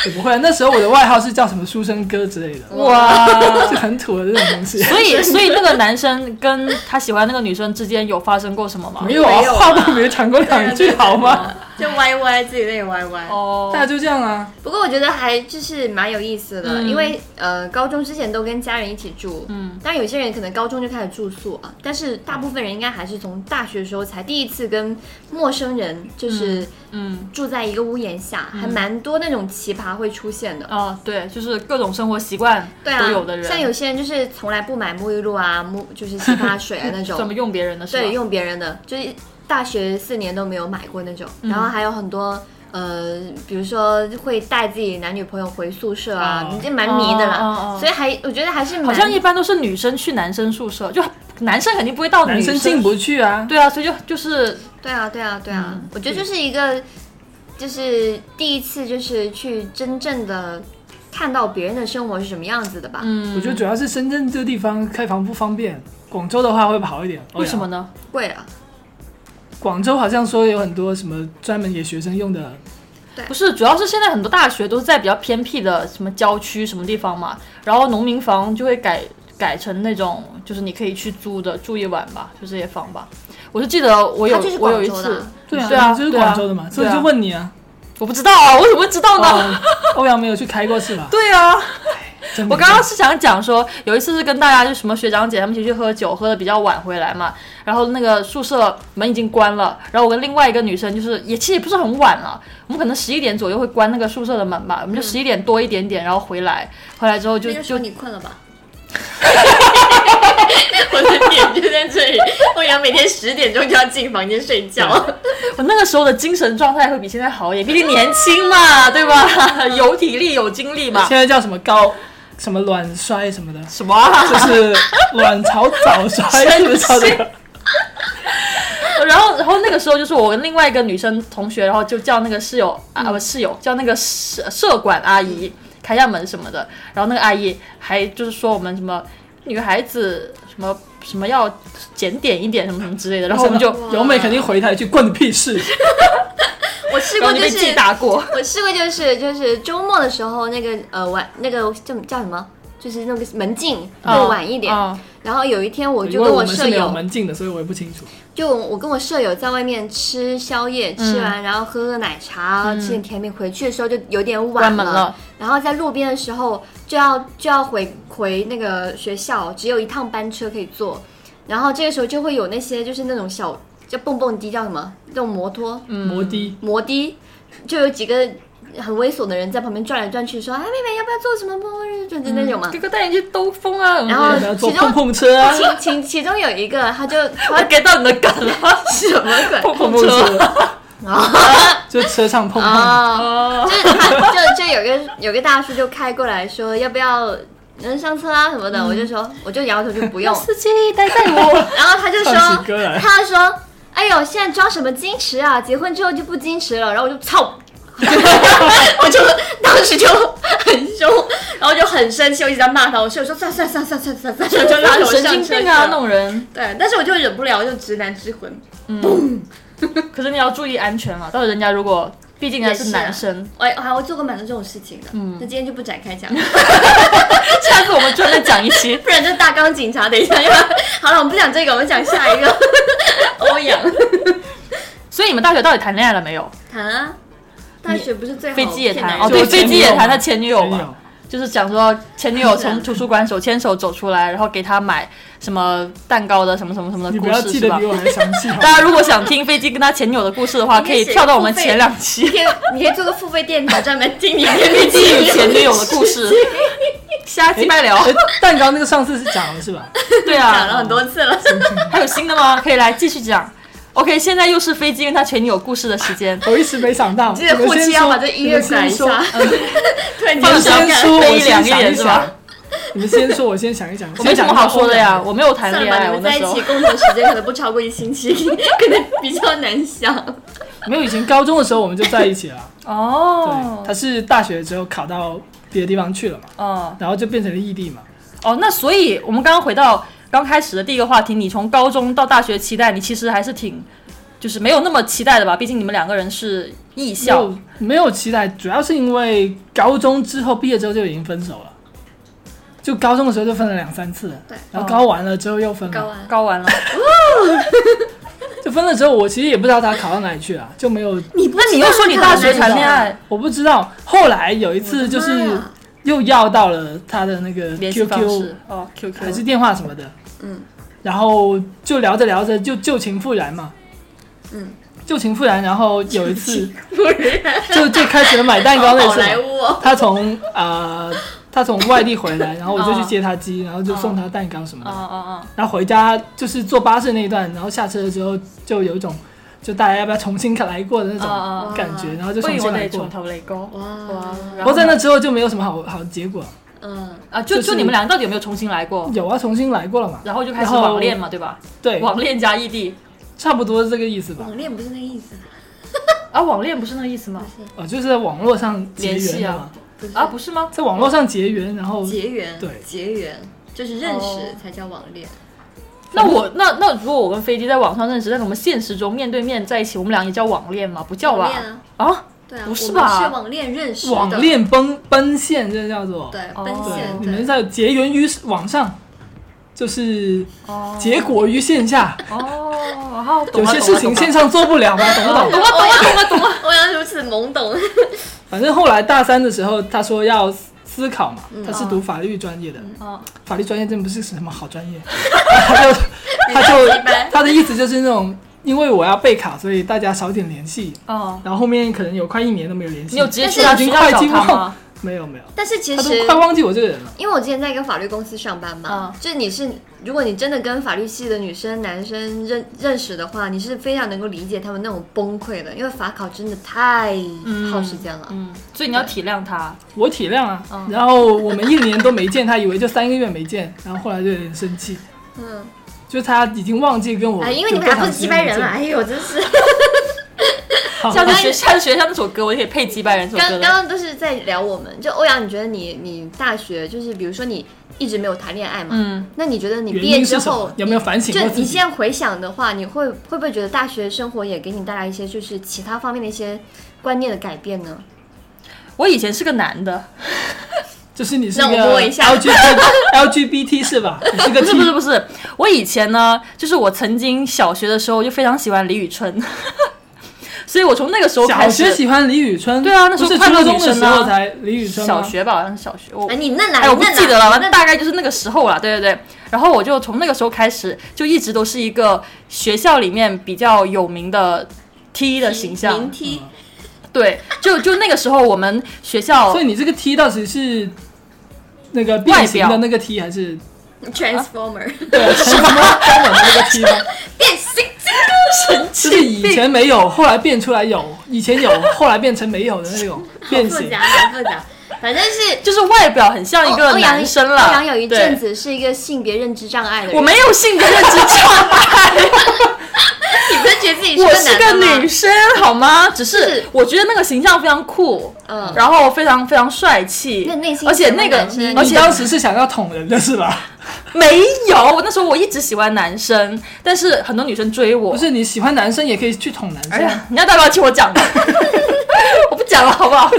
Speaker 3: 也不会啊，那时候我的外号是叫什么书生哥之类的，
Speaker 1: 哇！
Speaker 3: 就很土的这种东西。 *laughs*
Speaker 1: 所以，所以那个男生跟他喜欢那个女生之间有发生过什么吗
Speaker 3: 没？有啊
Speaker 2: 没有，啊
Speaker 3: 话都没讲过两句好吗？
Speaker 2: 就歪歪自己那里歪歪。
Speaker 1: 哦
Speaker 3: 大，家就这样啊，
Speaker 2: 不过我觉得还就是蛮有意思的，
Speaker 1: 嗯
Speaker 2: 因为呃，高中之前都跟家人一起住，嗯，但有些人可能高中就开始住宿啊，但是大部分人应该还是从大学的时候才第一次跟陌生人就是
Speaker 1: 嗯，
Speaker 2: 住在一个屋檐下，还蛮多那种奇葩会出现的。
Speaker 1: 哦，对，就是各种生活习惯
Speaker 2: 对啊
Speaker 1: 都有的，人，
Speaker 2: 像有些人就是从来不买沐浴露啊、沐就是洗发水啊那
Speaker 1: *laughs* 怎么
Speaker 2: 种，
Speaker 1: 用别人的是吧？
Speaker 2: 对，用别人的，就是大学四年都没有买过那种。
Speaker 1: 嗯
Speaker 2: 然后还有很多呃，比如说会带自己男女朋友回宿舍啊
Speaker 3: 哦，
Speaker 2: 你这蛮迷的
Speaker 1: 哦
Speaker 2: 啦
Speaker 1: 哦。哦
Speaker 2: 所以还我觉得还是蛮
Speaker 1: 好像一般都是女生去男生宿舍，就男生肯定不会到
Speaker 3: 男
Speaker 1: 女
Speaker 3: 生
Speaker 1: 生
Speaker 3: 进不去啊。
Speaker 1: 对啊，所以就就是
Speaker 2: 对啊对啊对啊，
Speaker 1: 嗯
Speaker 2: 我觉得就是一个就是第一次就是去真正的看到别人的生活是什么样子的吧。
Speaker 1: 嗯，
Speaker 3: 我觉得主要是深圳这个地方开房不方便，广州的话会好一点。
Speaker 1: 为什么？呢？
Speaker 2: 贵啊，
Speaker 3: 广州好像说有很多什么专门给学生用的，
Speaker 1: 不是，主要是现在很多大学都是在比较偏僻的什么郊区什么地方嘛，然后农民房就会改改成那种，就是你可以去租的，住一晚吧，就这些房吧。我是记得我有
Speaker 2: 它就是
Speaker 1: 我有
Speaker 2: 广
Speaker 1: 一
Speaker 2: 州的
Speaker 1: 次
Speaker 2: 啊，，
Speaker 3: 对啊，
Speaker 1: 对啊
Speaker 3: 就是
Speaker 1: 对啊
Speaker 3: 广州的嘛，所以
Speaker 1: 对啊
Speaker 3: 就问你啊，
Speaker 1: 我不知道啊，我怎么会知道呢？
Speaker 3: 哦欧阳没有去开过是吧？
Speaker 1: *laughs* 对啊，
Speaker 3: 真没
Speaker 1: 我
Speaker 3: 有
Speaker 1: 刚刚是想讲说，有一次是跟大家就什么学长姐他们一起去喝酒，喝的比较晚回来嘛，然后那个宿舍门已经关了，然后我跟另外一个女生就是也其实也不是很晚了，我们可能十一点左右会关那个宿舍的门吧，我们就十一点多一点点，然后回来，回来之后就
Speaker 2: 嗯那个时
Speaker 1: 就
Speaker 2: 候你困了吧？ *laughs* 我的点就在这里。欧阳每天十点钟就要进房间睡觉，
Speaker 1: 我那个时候的精神状态会比现在好一点，毕竟年轻嘛，对吧？ *laughs* 有体力有精力嘛
Speaker 3: 现，在叫什么高什么卵衰什么的，
Speaker 1: 什么、啊？
Speaker 3: 就是卵巢
Speaker 1: *laughs*
Speaker 3: 早衰，是不是叫这个？
Speaker 1: 然后，然后那个时候就是我跟另外一个女生同学，然后就叫那个室友啊，
Speaker 2: 嗯
Speaker 1: 不、室友叫那个社社管阿姨开下门什么的。然后那个阿姨还就是说我们什么女孩子什么什么要检点一点什么什么之类的。然后我们就
Speaker 3: 由美肯定回他一句关你屁事，
Speaker 2: 我试
Speaker 1: 然
Speaker 2: 过
Speaker 1: 后就
Speaker 2: 就
Speaker 1: 被
Speaker 2: 是
Speaker 1: 记打过。
Speaker 2: 我试过就是就是周末的时候那个呃晚那个叫叫什么，就是那个门禁会晚一点。
Speaker 1: 嗯
Speaker 2: 然后有一天我
Speaker 3: 因
Speaker 2: 就
Speaker 3: 为
Speaker 2: 跟
Speaker 3: 我们
Speaker 2: 舍
Speaker 3: 是没有
Speaker 2: 友，
Speaker 3: 门禁的，所以我也不清楚。
Speaker 2: 就我跟我舍友在外面吃宵夜，吃完然后喝喝奶茶，吃点甜品，回去的时候就有点
Speaker 1: 关
Speaker 2: 晚
Speaker 1: 门了
Speaker 2: 然后在路边的时候就要就要回回那个学校，只有一趟班车可以坐，然后这个时候就会有那些就是那种小叫蹦蹦迪叫什么那种摩托
Speaker 1: 嗯
Speaker 3: 摩的，
Speaker 2: 摩的，就有几个很猥琐的人在旁边转来转去说啊妹妹要不要做什么末日就是那种嘛
Speaker 1: 哥，哥带你去兜风啊，然
Speaker 2: 后
Speaker 3: 要不要坐
Speaker 2: 其中
Speaker 3: 碰碰车啊？
Speaker 2: 其其其中有一个他就
Speaker 1: 我
Speaker 2: 他 *laughs*
Speaker 1: get 到你的梗了，
Speaker 2: 什么鬼？
Speaker 1: 碰碰
Speaker 3: 碰
Speaker 1: 车。啊
Speaker 3: 车， *laughs* 就车上碰碰。
Speaker 2: 哦， *laughs* 就是他，就就有个有个大叔就开过来说要不要能上车啊什么的，我就说我就摇头就不用，
Speaker 1: 司机带带我， *laughs*
Speaker 2: 然后他就说
Speaker 3: 唱起歌来
Speaker 2: 他说哎呦现在装什么矜持啊，结婚之后就不矜持了，然后我就操。 *laughs* 我就当时就很凶，然后就很生气，我一直在骂他。我室友说：“算算算算算算算，算就拉着我
Speaker 1: 神
Speaker 2: 上
Speaker 1: 经
Speaker 2: 车
Speaker 1: 病啊
Speaker 2: 去了
Speaker 1: 那种人。
Speaker 2: 对，但是我就忍不了，就直男之魂。
Speaker 1: 可是你要注意安全啊，到时候人家如果，毕竟人家是
Speaker 2: 也是啊
Speaker 1: 男生，
Speaker 2: 我我还会做过蛮多这种事情的，嗯，那今天就不展开讲。
Speaker 1: *laughs* 下次我们专门讲一期。
Speaker 2: *laughs* 不然就是大纲警察。等一下， *laughs* 要不然好了，我们不讲这个，我们讲下一个。 *laughs* *laughs* 欧阳
Speaker 1: *laughs* 所以你们大学到底谈恋爱了没有？
Speaker 2: 谈啊，大学不是最好
Speaker 1: 飞机也
Speaker 2: 骗男
Speaker 1: 谈
Speaker 2: 人
Speaker 1: 哦，
Speaker 3: 就
Speaker 1: 对，
Speaker 3: 我前
Speaker 1: 飞
Speaker 3: 女友
Speaker 1: 机也谈
Speaker 3: 嘛
Speaker 1: 他前女友
Speaker 3: 没
Speaker 1: 嘛
Speaker 3: 有，，
Speaker 1: 就是讲说前女友从
Speaker 2: 是
Speaker 1: 图书馆手牵手走出来，然后给他买什么蛋糕的什么什么什么
Speaker 3: 你
Speaker 1: 的
Speaker 3: 不
Speaker 1: 故
Speaker 3: 要
Speaker 1: 事
Speaker 3: 记
Speaker 1: 是
Speaker 3: 得
Speaker 1: 吧
Speaker 3: 比？我还详细
Speaker 1: *laughs*
Speaker 3: 好吗。
Speaker 1: 大家如果想听飞机跟他前女友的故事的话，
Speaker 2: 你
Speaker 1: 可
Speaker 2: 可以
Speaker 1: 以
Speaker 2: 写
Speaker 1: 跳到我们
Speaker 2: 付费
Speaker 1: 前两
Speaker 2: 你
Speaker 1: 期
Speaker 2: 可以你可以做个付费电台，专门听你的
Speaker 1: 飞
Speaker 2: 飞
Speaker 1: 机
Speaker 2: *laughs*
Speaker 1: 与前女友的故事，瞎鸡巴聊。
Speaker 3: 哎蛋糕那个上次是讲了是吧？
Speaker 1: 对
Speaker 2: 讲了
Speaker 1: 啊，
Speaker 2: 很多次了。
Speaker 1: 还有新的吗？可以来继续讲。OK，现在又是飞机跟他前女友故事的时间。
Speaker 3: *laughs* 我一时没想到。
Speaker 2: 记得
Speaker 3: 你们
Speaker 2: 后
Speaker 3: 先
Speaker 2: 期要
Speaker 3: 说
Speaker 2: 啊把这音乐改一。下
Speaker 3: 你们先说，
Speaker 2: *laughs* 突然
Speaker 1: 放
Speaker 2: 间
Speaker 3: 你
Speaker 1: 小
Speaker 2: 想
Speaker 1: *laughs*
Speaker 3: 先
Speaker 1: 感
Speaker 3: 说，
Speaker 1: 飞
Speaker 3: 我
Speaker 1: 一两
Speaker 3: 先
Speaker 1: 一点
Speaker 3: 想一
Speaker 1: 是吧
Speaker 3: 想。你们先说，我先想
Speaker 1: *laughs*
Speaker 3: 一想。
Speaker 1: 我没什么好说的呀，我没有谈
Speaker 2: 算了
Speaker 1: 恋
Speaker 2: 吧，
Speaker 1: 爱，
Speaker 2: 你
Speaker 1: 我
Speaker 2: 们
Speaker 1: 那
Speaker 2: 在一
Speaker 1: 时候
Speaker 2: 起共同时间可能不超过一星期，可能比较难想。
Speaker 3: 没有以前高中的时候我们就在一
Speaker 2: *laughs*
Speaker 3: 起了。对，
Speaker 1: 哦
Speaker 3: 他，是大学之后考到别的地方去了嘛，
Speaker 1: 嗯，
Speaker 3: 然后就变成了异地嘛。
Speaker 1: 哦，那所以我们刚刚回到刚开始的第一个话题，你从高中到大学期待，你其实还是挺，就是没有那么期待的吧？毕竟你们两个人是艺校，
Speaker 3: 就没有期待，主要是因为高中之后毕业之后就已经分手了，就高中的时候就分了两三次，
Speaker 2: 对哦
Speaker 3: 然后高完了之后又分
Speaker 2: 高
Speaker 3: 了，
Speaker 2: 安，
Speaker 1: 高完了，
Speaker 3: 就分了之后，我其实也不知道他考到哪里去啊了，就没有，
Speaker 2: 你
Speaker 1: *laughs*
Speaker 2: 不
Speaker 1: 那你又说你大学谈恋爱，
Speaker 3: 我不知道。后来有一次就是又要到了他的那个
Speaker 1: 联系方
Speaker 3: QQ
Speaker 1: 式，哦，QQ
Speaker 3: 还是电话什么的，
Speaker 2: 嗯，
Speaker 3: 然后就聊着聊着就旧情复燃嘛，
Speaker 2: 嗯，
Speaker 3: 旧情复燃，然后有一次
Speaker 2: 不然
Speaker 3: 就就开始了买蛋
Speaker 1: 嗯
Speaker 3: 糕那
Speaker 2: 好
Speaker 3: 次嘛，
Speaker 2: 莱坞哦，
Speaker 3: 他从呃，他从外地回来，然后我就去接他机，然后就送他蛋糕什么
Speaker 1: 哦
Speaker 3: 的。
Speaker 1: 哦
Speaker 3: 然后回家就是坐巴士那一段，然后下车了之后就有一种，就大家要不要重新来过的那
Speaker 1: 哦
Speaker 3: 种
Speaker 1: 哦
Speaker 3: 感觉，
Speaker 2: 哦
Speaker 3: 然后就
Speaker 1: 哦，所
Speaker 3: 重
Speaker 1: 以我
Speaker 3: 新
Speaker 1: 得
Speaker 3: 来
Speaker 1: 从
Speaker 3: 过。
Speaker 1: 头来过。哇
Speaker 2: 哇，
Speaker 1: 然
Speaker 3: 不
Speaker 1: 后
Speaker 3: 过在那之后就没有什么好好结果，
Speaker 2: 嗯，
Speaker 1: 啊，就
Speaker 3: 就是
Speaker 1: 就你们俩到底有没有重新来过？
Speaker 3: 有啊，重新来过了嘛？
Speaker 1: 然后就开始
Speaker 3: 然后
Speaker 1: 网恋嘛，对吧？
Speaker 3: 对，
Speaker 1: 网恋加异地
Speaker 3: 差不多是这个意思吧。
Speaker 2: 网恋不是那个意思，
Speaker 1: 啊，网恋不是那个意思吗？
Speaker 3: 哦，就是在网络上结
Speaker 1: 联
Speaker 3: 缘
Speaker 1: 系
Speaker 3: 的
Speaker 1: 啊
Speaker 3: 嘛，
Speaker 2: 不是
Speaker 1: 啊，不是吗？
Speaker 3: 在网络上结缘，然后
Speaker 2: 结缘，
Speaker 3: 对
Speaker 2: 结缘就是认识
Speaker 1: 哦
Speaker 2: 才叫网恋。
Speaker 1: 那我那那如果我跟飞机在网上认识，但是我们现实中面对面在一起，我们俩也叫网恋吗？不叫
Speaker 2: 网
Speaker 1: 吧？
Speaker 2: 恋啊，
Speaker 1: 啊，
Speaker 2: 对啊，
Speaker 1: 不是
Speaker 2: 我们
Speaker 1: 吧
Speaker 2: 是网恋认识的，
Speaker 3: 网恋奔奔现，这叫做
Speaker 2: 对
Speaker 1: 哦
Speaker 2: 奔
Speaker 3: 对
Speaker 2: 现，
Speaker 3: 你
Speaker 2: 对
Speaker 3: 们在结缘于网上，就是
Speaker 1: 哦
Speaker 3: 结果于线下。
Speaker 1: 哦，好，嗯懂
Speaker 3: 有
Speaker 1: 了
Speaker 3: 些事情线上做不了嘛，懂不懂？
Speaker 1: 懂了懂了懂了懂
Speaker 2: *laughs*
Speaker 1: 了，
Speaker 2: 欧阳如此懵懂， *laughs*
Speaker 3: 反正后来大三的时候，他说要思考嘛，
Speaker 2: 嗯
Speaker 3: 他是读法律专业的，
Speaker 1: 哦
Speaker 3: 法律专业真不是什么好专业。他就他就
Speaker 2: 一般
Speaker 3: 他的意思就是那种，因为我要备考，所以大家少点联系。
Speaker 1: 哦，
Speaker 3: 然后后面可能有快一年都没有联系，
Speaker 1: 你有直接去
Speaker 2: 但
Speaker 1: 他
Speaker 3: 是
Speaker 1: 学校找
Speaker 3: 已经快
Speaker 1: 他
Speaker 3: 进
Speaker 1: 吗
Speaker 3: 化？ *laughs* 没有没有，
Speaker 2: 但是其
Speaker 3: 他都
Speaker 2: 实
Speaker 3: 快忘记我这个人了。
Speaker 2: 因为我之前在一个法律公司上班嘛，
Speaker 1: 嗯
Speaker 2: 就是你是，如果你真的跟法律系的女生、男生认认识的话，你是非常能够理解他们那种崩溃的，因为法考真的太耗时间了。
Speaker 1: 嗯，所以你要体谅他。
Speaker 3: 我体谅啊，
Speaker 1: 嗯
Speaker 3: 然后我们一年都没见，他以为就三个月没见，然后后来就有点生气，
Speaker 2: 嗯，
Speaker 3: 就他已经忘记跟我
Speaker 2: 哎，因为
Speaker 3: 有
Speaker 2: 你们俩
Speaker 3: 多
Speaker 2: 不是
Speaker 3: 长
Speaker 2: 几
Speaker 3: 时间
Speaker 2: 百
Speaker 3: 没
Speaker 2: 人了，
Speaker 1: 啊
Speaker 3: 见
Speaker 2: 哎呦，真是。
Speaker 3: 好
Speaker 1: 下次学下次学校那首歌，我也可以配击败人这首歌
Speaker 2: 刚刚
Speaker 1: 的。
Speaker 2: 刚都是在聊我们，就欧阳，你觉得你你大学就是，比如说你一直没有谈恋爱嘛？
Speaker 1: 嗯，
Speaker 2: 那你觉得你
Speaker 3: 原
Speaker 2: 毕业
Speaker 3: 因
Speaker 2: 之
Speaker 3: 是什么
Speaker 2: 后？
Speaker 3: 有没有反省
Speaker 2: 就
Speaker 3: 过自
Speaker 2: 你
Speaker 3: 己？
Speaker 2: 现在回想的话，你会会不会觉得大学生活也给你带来一些就是其他方面的一些观念的改变呢？
Speaker 1: 我以前是个男的，
Speaker 3: 就是你是
Speaker 2: 让
Speaker 3: 个
Speaker 2: 我摸一下
Speaker 1: *laughs*
Speaker 3: LGBT LGBT 是吧？你是个
Speaker 1: 不是
Speaker 3: T，
Speaker 1: 不是不是，我以前呢，就是我曾经小学的时候就非常喜欢李宇春， *laughs* 所以我从那个时候开
Speaker 3: 小
Speaker 1: 始，
Speaker 3: 学喜欢李宇春，
Speaker 1: 对啊那时
Speaker 3: 不
Speaker 1: 候
Speaker 3: 是
Speaker 1: 快乐
Speaker 3: 初中
Speaker 1: 女
Speaker 3: 的
Speaker 1: 生
Speaker 3: 时
Speaker 1: 啊
Speaker 3: 候才李宇春吗
Speaker 1: 小学吧，好像是小学，我
Speaker 2: 哎，你嫩男，
Speaker 1: 哎，我不
Speaker 2: 你嫩
Speaker 1: 记得
Speaker 2: 男
Speaker 1: 了，那大概就是那个时候了，对对对。然后我就从那个时候开始，就一直都是一个学校里面比较有名的 T 的形象
Speaker 2: 明，梯
Speaker 1: 对，就就那个时候我们学
Speaker 2: *laughs*
Speaker 1: 校
Speaker 3: 所以你这个 T 到底是那个变形的那个 T 还
Speaker 1: *laughs*
Speaker 3: 是
Speaker 2: Transformer、
Speaker 3: 对啊什么版本的那个 T 吗？
Speaker 2: 变形
Speaker 3: 就是以前没有，后来变出来有；以前有，后来变成没有的那种变
Speaker 2: 复
Speaker 3: 形。
Speaker 2: 杂，好复杂，反正是
Speaker 1: 就是外表很像一个
Speaker 2: 欧欧阳
Speaker 1: 男生了。
Speaker 2: 欧哦阳有一阵
Speaker 1: 对
Speaker 2: 子是一个性别认知障碍的人，
Speaker 1: 我没有性格认知障
Speaker 2: *laughs*
Speaker 1: 碍，
Speaker 2: 你不是觉得自己
Speaker 1: 我
Speaker 2: 是
Speaker 1: 是
Speaker 2: 个男
Speaker 1: 个
Speaker 2: 的吗
Speaker 1: 女生，好吗？只
Speaker 2: 就是
Speaker 1: 是我觉得那个形象非常酷，
Speaker 2: 嗯
Speaker 1: 然后非常非常帅气，
Speaker 2: 那内心
Speaker 1: 而且
Speaker 2: 喜欢
Speaker 1: 那个
Speaker 2: 男生，
Speaker 1: 而
Speaker 3: 你
Speaker 1: 且
Speaker 3: 当时是想要捅人的是吧？
Speaker 1: 没有，那时候我一直喜欢男生，但是很多女生追我。
Speaker 3: 不，是，你喜欢男生也可以去捅男
Speaker 1: 哎
Speaker 3: 生啊。
Speaker 1: 呀，你要不要听我
Speaker 3: *laughs*
Speaker 1: 讲吧？我不讲了，好不好？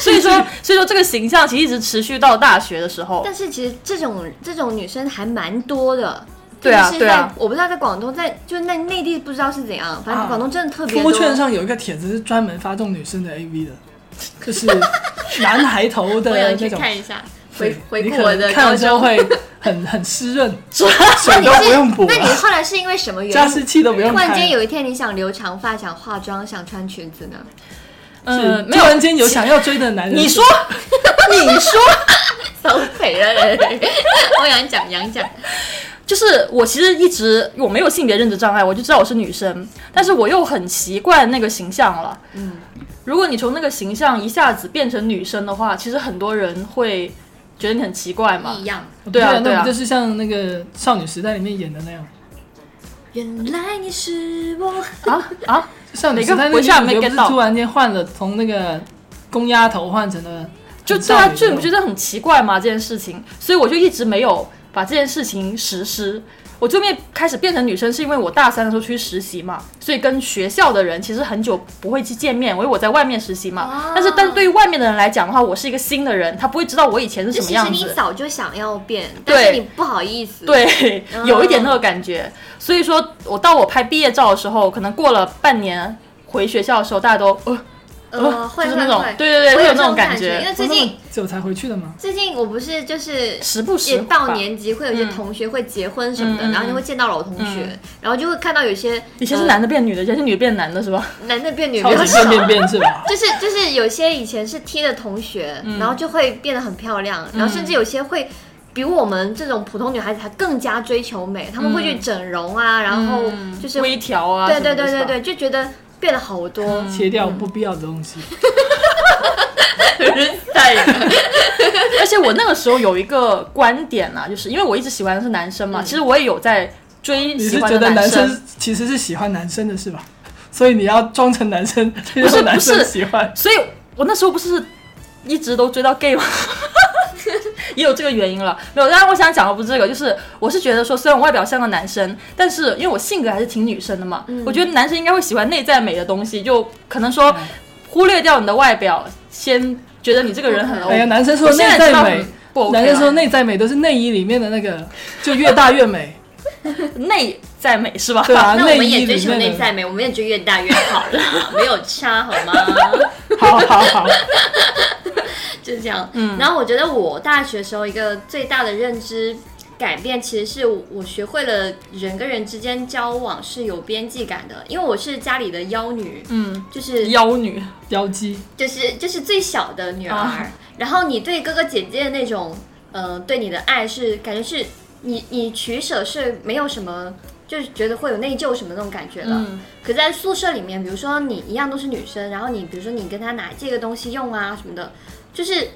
Speaker 1: 所以说，所以说这个形象其实一直持续到大学的时候。
Speaker 2: 但是其实这种这种女生还蛮多的。
Speaker 1: 对啊
Speaker 2: 特别是
Speaker 1: 对啊
Speaker 2: 在我不知道在广东，在就那内地不知道是怎样，反
Speaker 3: 啊
Speaker 2: 正广东真的特别
Speaker 3: 知
Speaker 2: 多。
Speaker 3: 乎圈上有一个帖子是专门发动女生的 AV 的，就是 *laughs* 男孩头的
Speaker 2: 我想
Speaker 3: 那
Speaker 2: 去
Speaker 3: 种。
Speaker 2: 看一下，
Speaker 3: 对
Speaker 2: 回回
Speaker 3: 你
Speaker 2: 顾
Speaker 3: 可
Speaker 2: 我
Speaker 3: 能
Speaker 2: 的
Speaker 3: 看
Speaker 2: 高
Speaker 3: 了之后
Speaker 2: 中。
Speaker 3: 会很很湿
Speaker 2: *laughs*
Speaker 3: 润，
Speaker 2: 那
Speaker 3: 水
Speaker 2: 你
Speaker 3: 都
Speaker 2: 是
Speaker 3: 不用补
Speaker 2: 那你
Speaker 3: 了，
Speaker 2: 后来是因为什么原
Speaker 3: 加湿
Speaker 2: 因？
Speaker 3: 器都不用
Speaker 2: 突然
Speaker 3: 开
Speaker 2: 间
Speaker 3: 了。
Speaker 2: 有一天你想留长发、想化妆、想穿裙子 *laughs* 呢？
Speaker 1: 嗯、
Speaker 3: 是
Speaker 1: 没有
Speaker 3: 突然间有想要追的男人， *laughs*
Speaker 1: 你说，你说，
Speaker 2: 收肥了，欧阳讲杨讲，
Speaker 1: 就是我其实一直我没有性别认知障碍，我就知道我是女生，但是我又很习惯那个形象了。
Speaker 2: 嗯，
Speaker 1: 如果你从那个形象一下子变成女生的话，其实很多人会觉得你很奇怪嘛
Speaker 2: 异。样。
Speaker 1: 对啊对
Speaker 3: 那
Speaker 1: 啊
Speaker 3: 不就是像那个少女时代里面演的那样？
Speaker 2: 原来你是我，
Speaker 3: 嗯
Speaker 1: 啊啊，
Speaker 3: 就少女时代
Speaker 1: 哪个我
Speaker 3: 那
Speaker 1: 一下
Speaker 3: 个
Speaker 1: 没
Speaker 3: 女主角
Speaker 1: get
Speaker 3: 不
Speaker 1: 到
Speaker 3: 是突然间换了，从那个公丫头换成了
Speaker 1: 就
Speaker 3: 很
Speaker 1: 对
Speaker 3: 少
Speaker 1: 啊，
Speaker 3: 女
Speaker 1: 就
Speaker 3: 那
Speaker 1: 你不觉
Speaker 3: 种
Speaker 1: 得很奇怪吗？这件事情，所以我就一直没有把这件事情实施。我最面开始变成女生，是因为我大三的时候去实习嘛，所以跟学校的人其实很久不会去见面，因为我在外面实习嘛。
Speaker 2: 哦
Speaker 1: 但是，但是对于外面的人来讲的话，我是一个新的人，他不会知道我以前是什
Speaker 2: 就
Speaker 1: 么
Speaker 2: 其实
Speaker 1: 样
Speaker 2: 你
Speaker 1: 子。
Speaker 2: 早就想要变，但是你不好意思。，
Speaker 1: 对， *laughs*
Speaker 2: 嗯
Speaker 1: 有一点那个感觉。所以说我到我拍毕业照的时候，可能过了半年回学校的时候，大家都呃
Speaker 2: 呃，会
Speaker 1: 就是
Speaker 2: 会
Speaker 1: 那种
Speaker 2: 会，
Speaker 1: 对对对，
Speaker 2: 我
Speaker 1: 会
Speaker 2: 有
Speaker 1: 有那种
Speaker 2: 感
Speaker 1: 感觉
Speaker 2: 因为最
Speaker 3: 哦那
Speaker 2: 近
Speaker 3: 么久才回去的吗？
Speaker 2: 最近我不是就是
Speaker 1: 时不时
Speaker 2: 也到
Speaker 1: 吧
Speaker 2: 年级会有一些同学会结婚什么
Speaker 1: 嗯
Speaker 2: 的，
Speaker 1: 嗯嗯嗯嗯
Speaker 2: 然后就会见到老同学，然后就会看到有些
Speaker 1: 以前是男的变女的，以前是女的变男的，是吧？
Speaker 2: 呃男的变女的
Speaker 3: 超
Speaker 2: 比较
Speaker 3: 级
Speaker 2: 少
Speaker 3: 变。变变是吧？
Speaker 2: 就是就是有些以前是 T 的同学，
Speaker 1: 嗯
Speaker 2: 然后就会变得很漂亮，然后甚至有些会比我们这种普通女孩子还更加追求美，他们会去整容啊，然后就是
Speaker 1: 嗯微嗯调啊，
Speaker 2: 对
Speaker 1: 什么
Speaker 2: 对
Speaker 1: 的
Speaker 2: 对
Speaker 1: 是
Speaker 2: 对
Speaker 1: 吧
Speaker 2: 对，就觉得变了好多。
Speaker 3: 切掉不必要的东西，
Speaker 1: 嗯 *laughs* 而且我那个时候有一个观点啊，就是因为我一直喜欢的是男生
Speaker 2: 嗯
Speaker 1: 嘛，其实我也有在追
Speaker 3: 你是
Speaker 1: 喜
Speaker 3: 觉
Speaker 1: 欢
Speaker 3: 得
Speaker 1: 的
Speaker 3: 男
Speaker 1: 生。
Speaker 3: 生其实是喜欢男生的是吧？ *laughs* 所以你要装成男生， *laughs* 不
Speaker 1: 不是
Speaker 3: 男生
Speaker 1: 不是
Speaker 3: 喜欢，
Speaker 1: 所以我那时候不是一直都追到 gay 吗？ *laughs* 也有这个原因了，没有。当然，我想讲的不是这个，就是我是觉得说，虽然我外表像个男生，但是因为我性格还是挺女生的嘛，
Speaker 2: 嗯
Speaker 1: 我觉得男生应该会喜欢内在美的东西，就可能说
Speaker 2: 嗯
Speaker 1: 忽略掉你的外表，先觉得你这个人
Speaker 2: 嗯
Speaker 1: 很 OK。
Speaker 3: 哎呀，男生说
Speaker 1: 哦我现
Speaker 3: 内
Speaker 1: 在知
Speaker 3: 在
Speaker 1: 道
Speaker 3: 美啊
Speaker 1: 很，不 OK 了。
Speaker 3: 男生说内在美都是内衣里面的那个，就越大
Speaker 1: *laughs*
Speaker 3: 越美，
Speaker 1: 内在美是吧？
Speaker 3: 对啊，
Speaker 2: 那我们
Speaker 3: 内衣
Speaker 2: 也追
Speaker 3: 里
Speaker 2: 求内
Speaker 3: 面
Speaker 2: 在
Speaker 3: 的，
Speaker 2: 美，我们也就越大越好
Speaker 1: *laughs*
Speaker 2: 了，没有差好吗？
Speaker 3: 好好好， *laughs*
Speaker 2: 就这样。嗯，然后我觉得我大学时候一个最大的认知改变，其实是我学会了人跟人之间交往是有边界感的，因为我是家里的妖女，
Speaker 1: 嗯，
Speaker 2: 就是
Speaker 1: 妖女，*laughs*
Speaker 3: 妖姬，
Speaker 2: 就是就是最小的女儿，
Speaker 1: 啊
Speaker 2: 然后你对哥哥姐姐的那种，呃，对你的爱是感觉是你你取舍是没有什么，就是觉得会有内疚什么那种感觉的。
Speaker 1: 嗯
Speaker 2: 可在宿舍里面，比如说你一样都是女生，然后你比如说你跟她拿这个东西用啊什么的，就是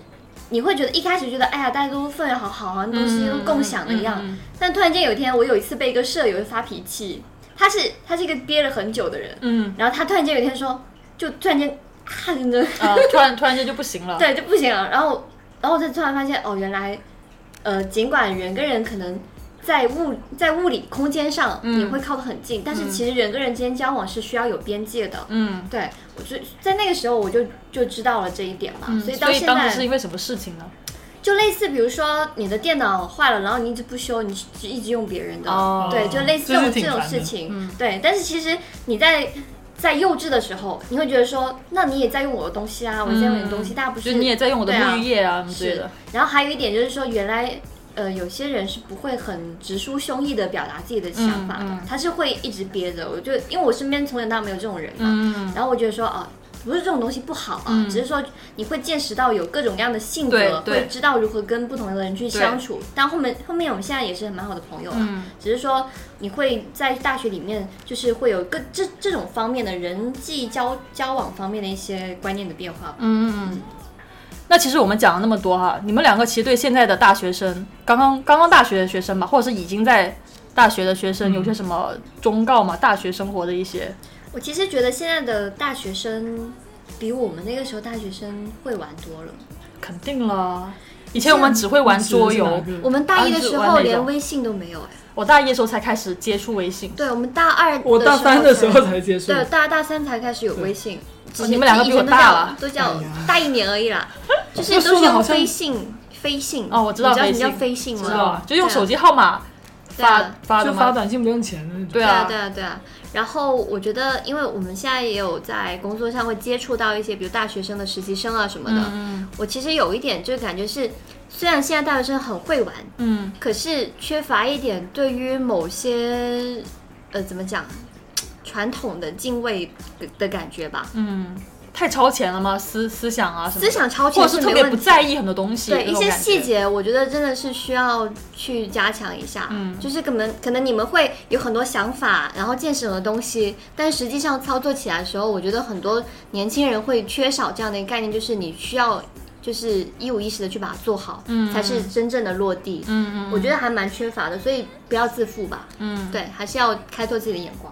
Speaker 2: 你会觉得一开始觉得哎呀大家都氛围好好，好像东西都共享的一样，
Speaker 1: 嗯嗯
Speaker 2: 但突然间有一天，我有一次被一个舍友发脾气，他是他是一个憋了很久的人，
Speaker 1: 嗯，
Speaker 2: 然后他突然间有一天说，就突然间啊真的。
Speaker 1: 啊，突然突然间就不行了。
Speaker 2: 对，就不行了。然后，然后我就突然发现，哦，原来，呃，尽管人跟人可能在物在物理空间上
Speaker 1: 嗯
Speaker 2: 你会靠得很近，但是其实人跟人之间交往是需要有边界的。
Speaker 1: 嗯，
Speaker 2: 对，我就在那个时候我就就知道了这一点嘛，
Speaker 1: 嗯，
Speaker 2: 所
Speaker 1: 所
Speaker 2: 以到现
Speaker 1: 当时是
Speaker 2: 在
Speaker 1: 因为什么事情呢？
Speaker 2: 就类似，比如说你的电脑坏了，然后你一直不修，你是一直用别人的，
Speaker 1: 哦
Speaker 2: 对，就类似这
Speaker 3: 这
Speaker 2: 种
Speaker 3: 是挺
Speaker 2: 这种
Speaker 3: 烦的
Speaker 2: 事情，
Speaker 1: 嗯
Speaker 2: 对。但是其实你在在幼稚的时候，你会觉得说，那你也在用我的东西啊，我也在用你的东西，大家不
Speaker 1: 嗯就是是你也在用我的
Speaker 2: 对啊
Speaker 1: 沐浴液啊什么之类
Speaker 2: 是
Speaker 1: 的。，
Speaker 2: 然后还有一点就是说，原来呃有些人是不会很直抒胸臆的表达自己的想法的，
Speaker 1: 嗯嗯
Speaker 2: 他是会一直憋着。我就因为我身边从小到大没有这种人嘛，
Speaker 1: 嗯，
Speaker 2: 然后我觉得说啊。不是这种东西不好啊，只是说你会见识到有各种各样的性格，
Speaker 1: 对对
Speaker 2: 会知道如何跟不同的人去相处。但后面后面我们现在也是很蛮好的朋友了，啊
Speaker 1: 嗯
Speaker 2: 只是说你会在大学里面就是会有各这这种方面的人际交交往方面的一些观念的变化吧。
Speaker 1: 那其实我们讲了那么多哈，你们两个其实对现在的大学生，刚刚刚刚大学的学生吧，或者是已经在大学的学生，有
Speaker 2: 嗯
Speaker 1: 些什么忠告嘛？大学生活的一些，
Speaker 2: 我其实觉得现在的大学生比我们那个时候大学生会玩多了。
Speaker 1: 肯定啦。以前我们只会玩桌游，
Speaker 3: 嗯
Speaker 2: 我们大一的时
Speaker 1: 啊就玩那
Speaker 2: 候
Speaker 1: 种
Speaker 2: 连微信都没有哎，
Speaker 1: 我大一的时候才开始接触微信。
Speaker 2: 对我们大二，
Speaker 3: 我大三的时候，才接触，
Speaker 2: 对大二大三才开始有微信。
Speaker 1: 哦你们两个比我大了
Speaker 2: 都叫
Speaker 3: 哎呀
Speaker 2: 大一年而已
Speaker 3: *laughs*
Speaker 2: 啦，就是
Speaker 3: 我
Speaker 2: 都
Speaker 3: 说
Speaker 2: 是
Speaker 3: 的好
Speaker 2: 用
Speaker 3: 像
Speaker 2: 飞信，飞信
Speaker 1: 哦我知道
Speaker 2: 你知道什么
Speaker 1: 飞信
Speaker 2: 叫飞信吗？啊
Speaker 1: 知道吧？啊就用手
Speaker 2: 机
Speaker 1: 机号码发啊发的
Speaker 3: 就发
Speaker 1: 吗？
Speaker 3: 短信不用钱的那种，
Speaker 1: 对
Speaker 2: 啊
Speaker 1: 啊
Speaker 2: 对啊，对，啊，对啊。然后我觉得，因为我们现在也有在工作上会接触到一些，比如大学生的实习生啊什么的。
Speaker 1: 嗯
Speaker 2: 我其实有一点就感觉是，虽然现在大学生很会玩，
Speaker 1: 嗯
Speaker 2: 可是缺乏一点对于某些呃怎么讲传统的敬畏的的感觉吧。
Speaker 1: 嗯，太超前了吗？思思想啊什么的？
Speaker 2: 思想超
Speaker 1: 或
Speaker 2: 前
Speaker 1: 者是特
Speaker 2: 没
Speaker 1: 别
Speaker 2: 问
Speaker 1: 不
Speaker 2: 题。
Speaker 1: 在意很多东西，
Speaker 2: 对
Speaker 1: 那
Speaker 2: 一
Speaker 1: 种
Speaker 2: 些
Speaker 1: 感觉
Speaker 2: 细，节，我觉得真的是需要去加强一下。
Speaker 1: 嗯
Speaker 2: 就是可能可能你们会有很多想法，然后见识很多东西，但实际上操作起来的时候，我觉得很多年轻人会缺少这样的一个概念，就是你需要就是一五一十的去把它做好，才是真正的落地。
Speaker 1: 嗯嗯
Speaker 2: 我觉得还蛮缺乏的，所以不要自负吧。
Speaker 1: 嗯
Speaker 2: 对，还是要开拓自己的眼光。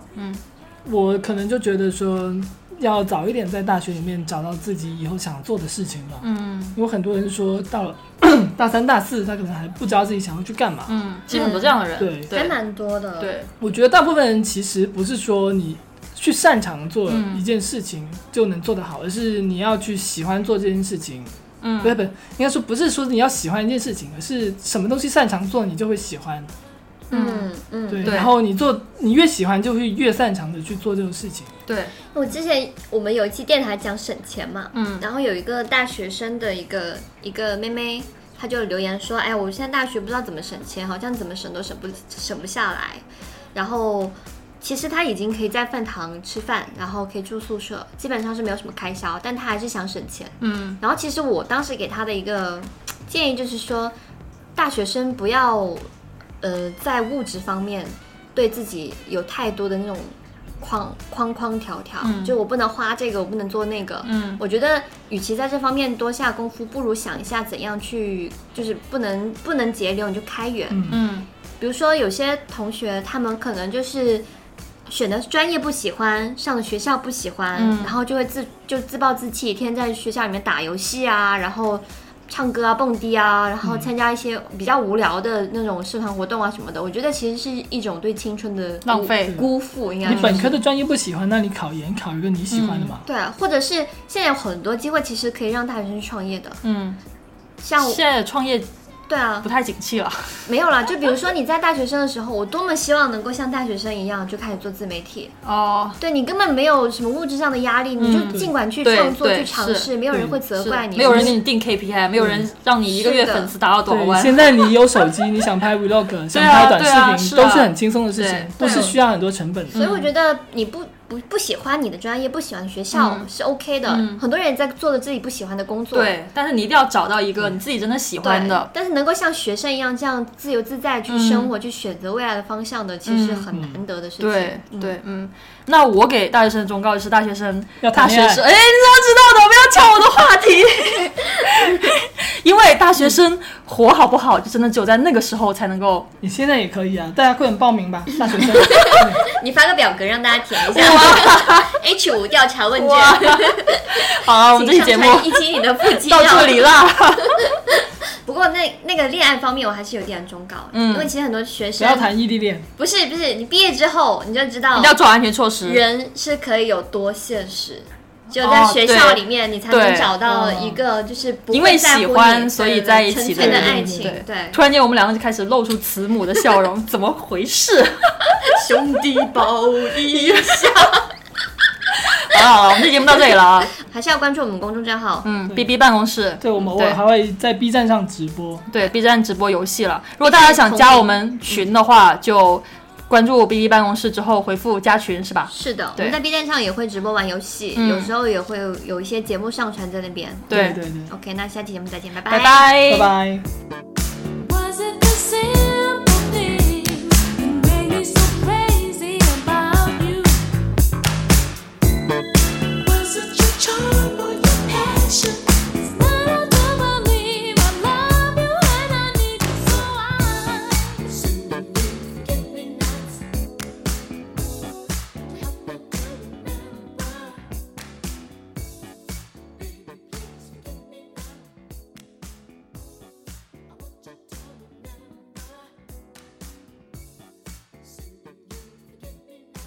Speaker 3: 我可能就觉得说，要早一点在大学里面找到自己以后想做的事情吧。
Speaker 1: 嗯
Speaker 3: 有很多人说到了 *coughs* 大三、大四，他可能还不知道自己想要去干嘛。
Speaker 1: 嗯，基本都这样的人，
Speaker 3: 对
Speaker 2: 还
Speaker 1: 对
Speaker 2: 蛮多的。，
Speaker 1: 对，
Speaker 3: 我觉得大部分人其实不是说你去擅长做
Speaker 1: 嗯
Speaker 3: 一件事情就能做得好，而是你要去喜欢做这件事情。
Speaker 1: 嗯
Speaker 3: 不是不是，应该说不是说你要喜欢一件事情，而是什么东西擅长做你就会喜欢。
Speaker 2: 嗯嗯，
Speaker 3: 对，
Speaker 1: 对
Speaker 3: 然后你做你越喜欢，就会越擅长的去做这种事情。
Speaker 1: 对，
Speaker 2: 我之前我们有一期电台讲省钱嘛，
Speaker 1: 嗯
Speaker 2: 然后有一个大学生的一个一个妹妹，她就留言说：“哎，我现在大学不知道怎么省钱，好像怎么省都省不省不下来。”然后其实她已经可以在饭堂吃饭，然后可以住宿舍，基本上是没有什么开销，但她还是想省钱。
Speaker 1: 嗯
Speaker 2: 然后其实我当时给她的一个建议就是说，大学生不要呃在物质方面对自己有太多的那种框框框条条，
Speaker 1: 嗯
Speaker 2: 就我不能花这个，我不能做那个。
Speaker 1: 嗯
Speaker 2: 我觉得，与其在这方面多下功夫，不如想一下怎样去，就是不能不能节流，你就开源。
Speaker 3: 嗯
Speaker 1: 嗯
Speaker 2: 比如说，有些同学他们可能就是选的专业不喜欢，上的学校不喜欢，
Speaker 1: 嗯
Speaker 2: 然后就会自就自暴自弃，天天在学校里面打游戏啊，然后唱歌啊、蹦迪啊，然后参加一些比较无聊的那种社团活动啊什么的。我觉得其实是一种对青春的
Speaker 1: 浪费
Speaker 2: 辜负，应该
Speaker 3: 你
Speaker 2: 说
Speaker 3: 本
Speaker 1: 嗯
Speaker 2: 是
Speaker 3: 科的专业不喜欢，那你考研考一个你喜欢
Speaker 1: *laughs*
Speaker 3: 的嘛？
Speaker 2: 对啊，或者是现在有很多机会，其实可以让大学生创业的，
Speaker 1: 嗯，
Speaker 2: 像我
Speaker 1: 现在创业
Speaker 2: 对啊
Speaker 1: 不，太景气了，
Speaker 2: 没有啦，就比如说你在大学生的时候，我多么希望能够像大学生一样就开始做自媒体，
Speaker 1: 哦，
Speaker 2: 对你根本没有什么物质上的压力，你就尽管去
Speaker 1: 嗯对
Speaker 2: 创作、
Speaker 1: 对嗯
Speaker 2: 去尝试，没有人会责
Speaker 1: 是
Speaker 2: 怪你，
Speaker 1: 没有人给你定 KPI，没有人让你一个月
Speaker 2: 是的
Speaker 1: 粉丝达到多少
Speaker 3: 对，
Speaker 1: 万，
Speaker 3: 现在你有手机，你想
Speaker 1: *laughs*
Speaker 3: 拍 vlog，
Speaker 1: 对
Speaker 3: 想
Speaker 1: 啊
Speaker 3: 拍短
Speaker 1: 对啊
Speaker 3: 视
Speaker 1: 是
Speaker 3: 频，
Speaker 1: 啊
Speaker 3: 都是很轻松的事情
Speaker 1: 对，嗯
Speaker 3: 不是需要很多成本的。
Speaker 2: 所以我觉得你不不不喜欢你的专业，不喜欢学校
Speaker 1: 嗯
Speaker 2: 是 OK 的，
Speaker 1: 嗯
Speaker 2: 很多人也在做着自己不喜欢的工作，
Speaker 1: 对，但是你一定要找到一个你自己真的喜欢
Speaker 2: 对
Speaker 1: 的，，嗯
Speaker 2: 但是能够像学生一样这样自由自在去生活、去选择未来的方向的，其实是很难得的事情。
Speaker 1: 对对，嗯。那我给大学生的忠告就是，大学生
Speaker 3: 要
Speaker 1: 大
Speaker 3: 谈
Speaker 1: 学
Speaker 3: 恋爱
Speaker 1: 生，哎，你怎么知道的？不要抢我的话题。因为大学生活好不好，就真的只有在那个时候才能够。
Speaker 3: 你现在也可以啊，大家快点报名吧，
Speaker 1: *laughs*
Speaker 3: 大学生。
Speaker 2: 你发个表格让大家填一下 *laughs* H 五调查问
Speaker 1: 哇
Speaker 2: 卷，
Speaker 1: 好了， *laughs* 我们这期
Speaker 2: 请
Speaker 1: 节
Speaker 2: 上
Speaker 1: 目
Speaker 2: 传一期你的腹
Speaker 1: *laughs*
Speaker 2: 肌
Speaker 1: 到这
Speaker 2: 照。
Speaker 1: 里啦。
Speaker 2: 不过那那个恋爱方面，我还是有点忠告，
Speaker 1: 嗯
Speaker 2: 因为其实很多学
Speaker 3: 不
Speaker 2: 生
Speaker 3: 要谈异地恋，
Speaker 2: 不是不是，你毕业之后你就知道
Speaker 1: 一定要做好安全措施。
Speaker 2: 人是可以有多现实。只有在学校里面，你才能
Speaker 1: 对
Speaker 2: 找到一个就是不
Speaker 1: 因
Speaker 2: 会
Speaker 1: 为
Speaker 2: 在乎
Speaker 1: 喜
Speaker 2: 你
Speaker 1: 欢，所以在一起
Speaker 2: 纯粹的
Speaker 1: 人
Speaker 2: 爱情，
Speaker 1: 对
Speaker 2: 对
Speaker 1: 突然间，我们两个就开始露出慈母的笑 *laughs* 容，怎么回事？
Speaker 2: 兄弟抱一下，
Speaker 1: 好了好了，我们这节目到这里了啊。
Speaker 2: *laughs*
Speaker 1: *laughs*
Speaker 2: 还是要关注我们公众账号。
Speaker 1: 嗯，B B 办公室。
Speaker 3: 对我们偶尔
Speaker 1: 对
Speaker 3: 还会在 B 站上直播。
Speaker 1: 对 B 站直播游戏了。如果大家想加我们群的话，就关注 B B 办公室之后回复加群是吧？
Speaker 2: 是的，我
Speaker 1: 对
Speaker 2: 们在 B 站上也会直播玩游戏，
Speaker 1: 嗯
Speaker 2: 有时候也会有有一些节目上传在那边。
Speaker 1: 对
Speaker 3: 对对，
Speaker 2: OK，那下期节目再见，拜
Speaker 1: 拜拜
Speaker 3: 拜拜。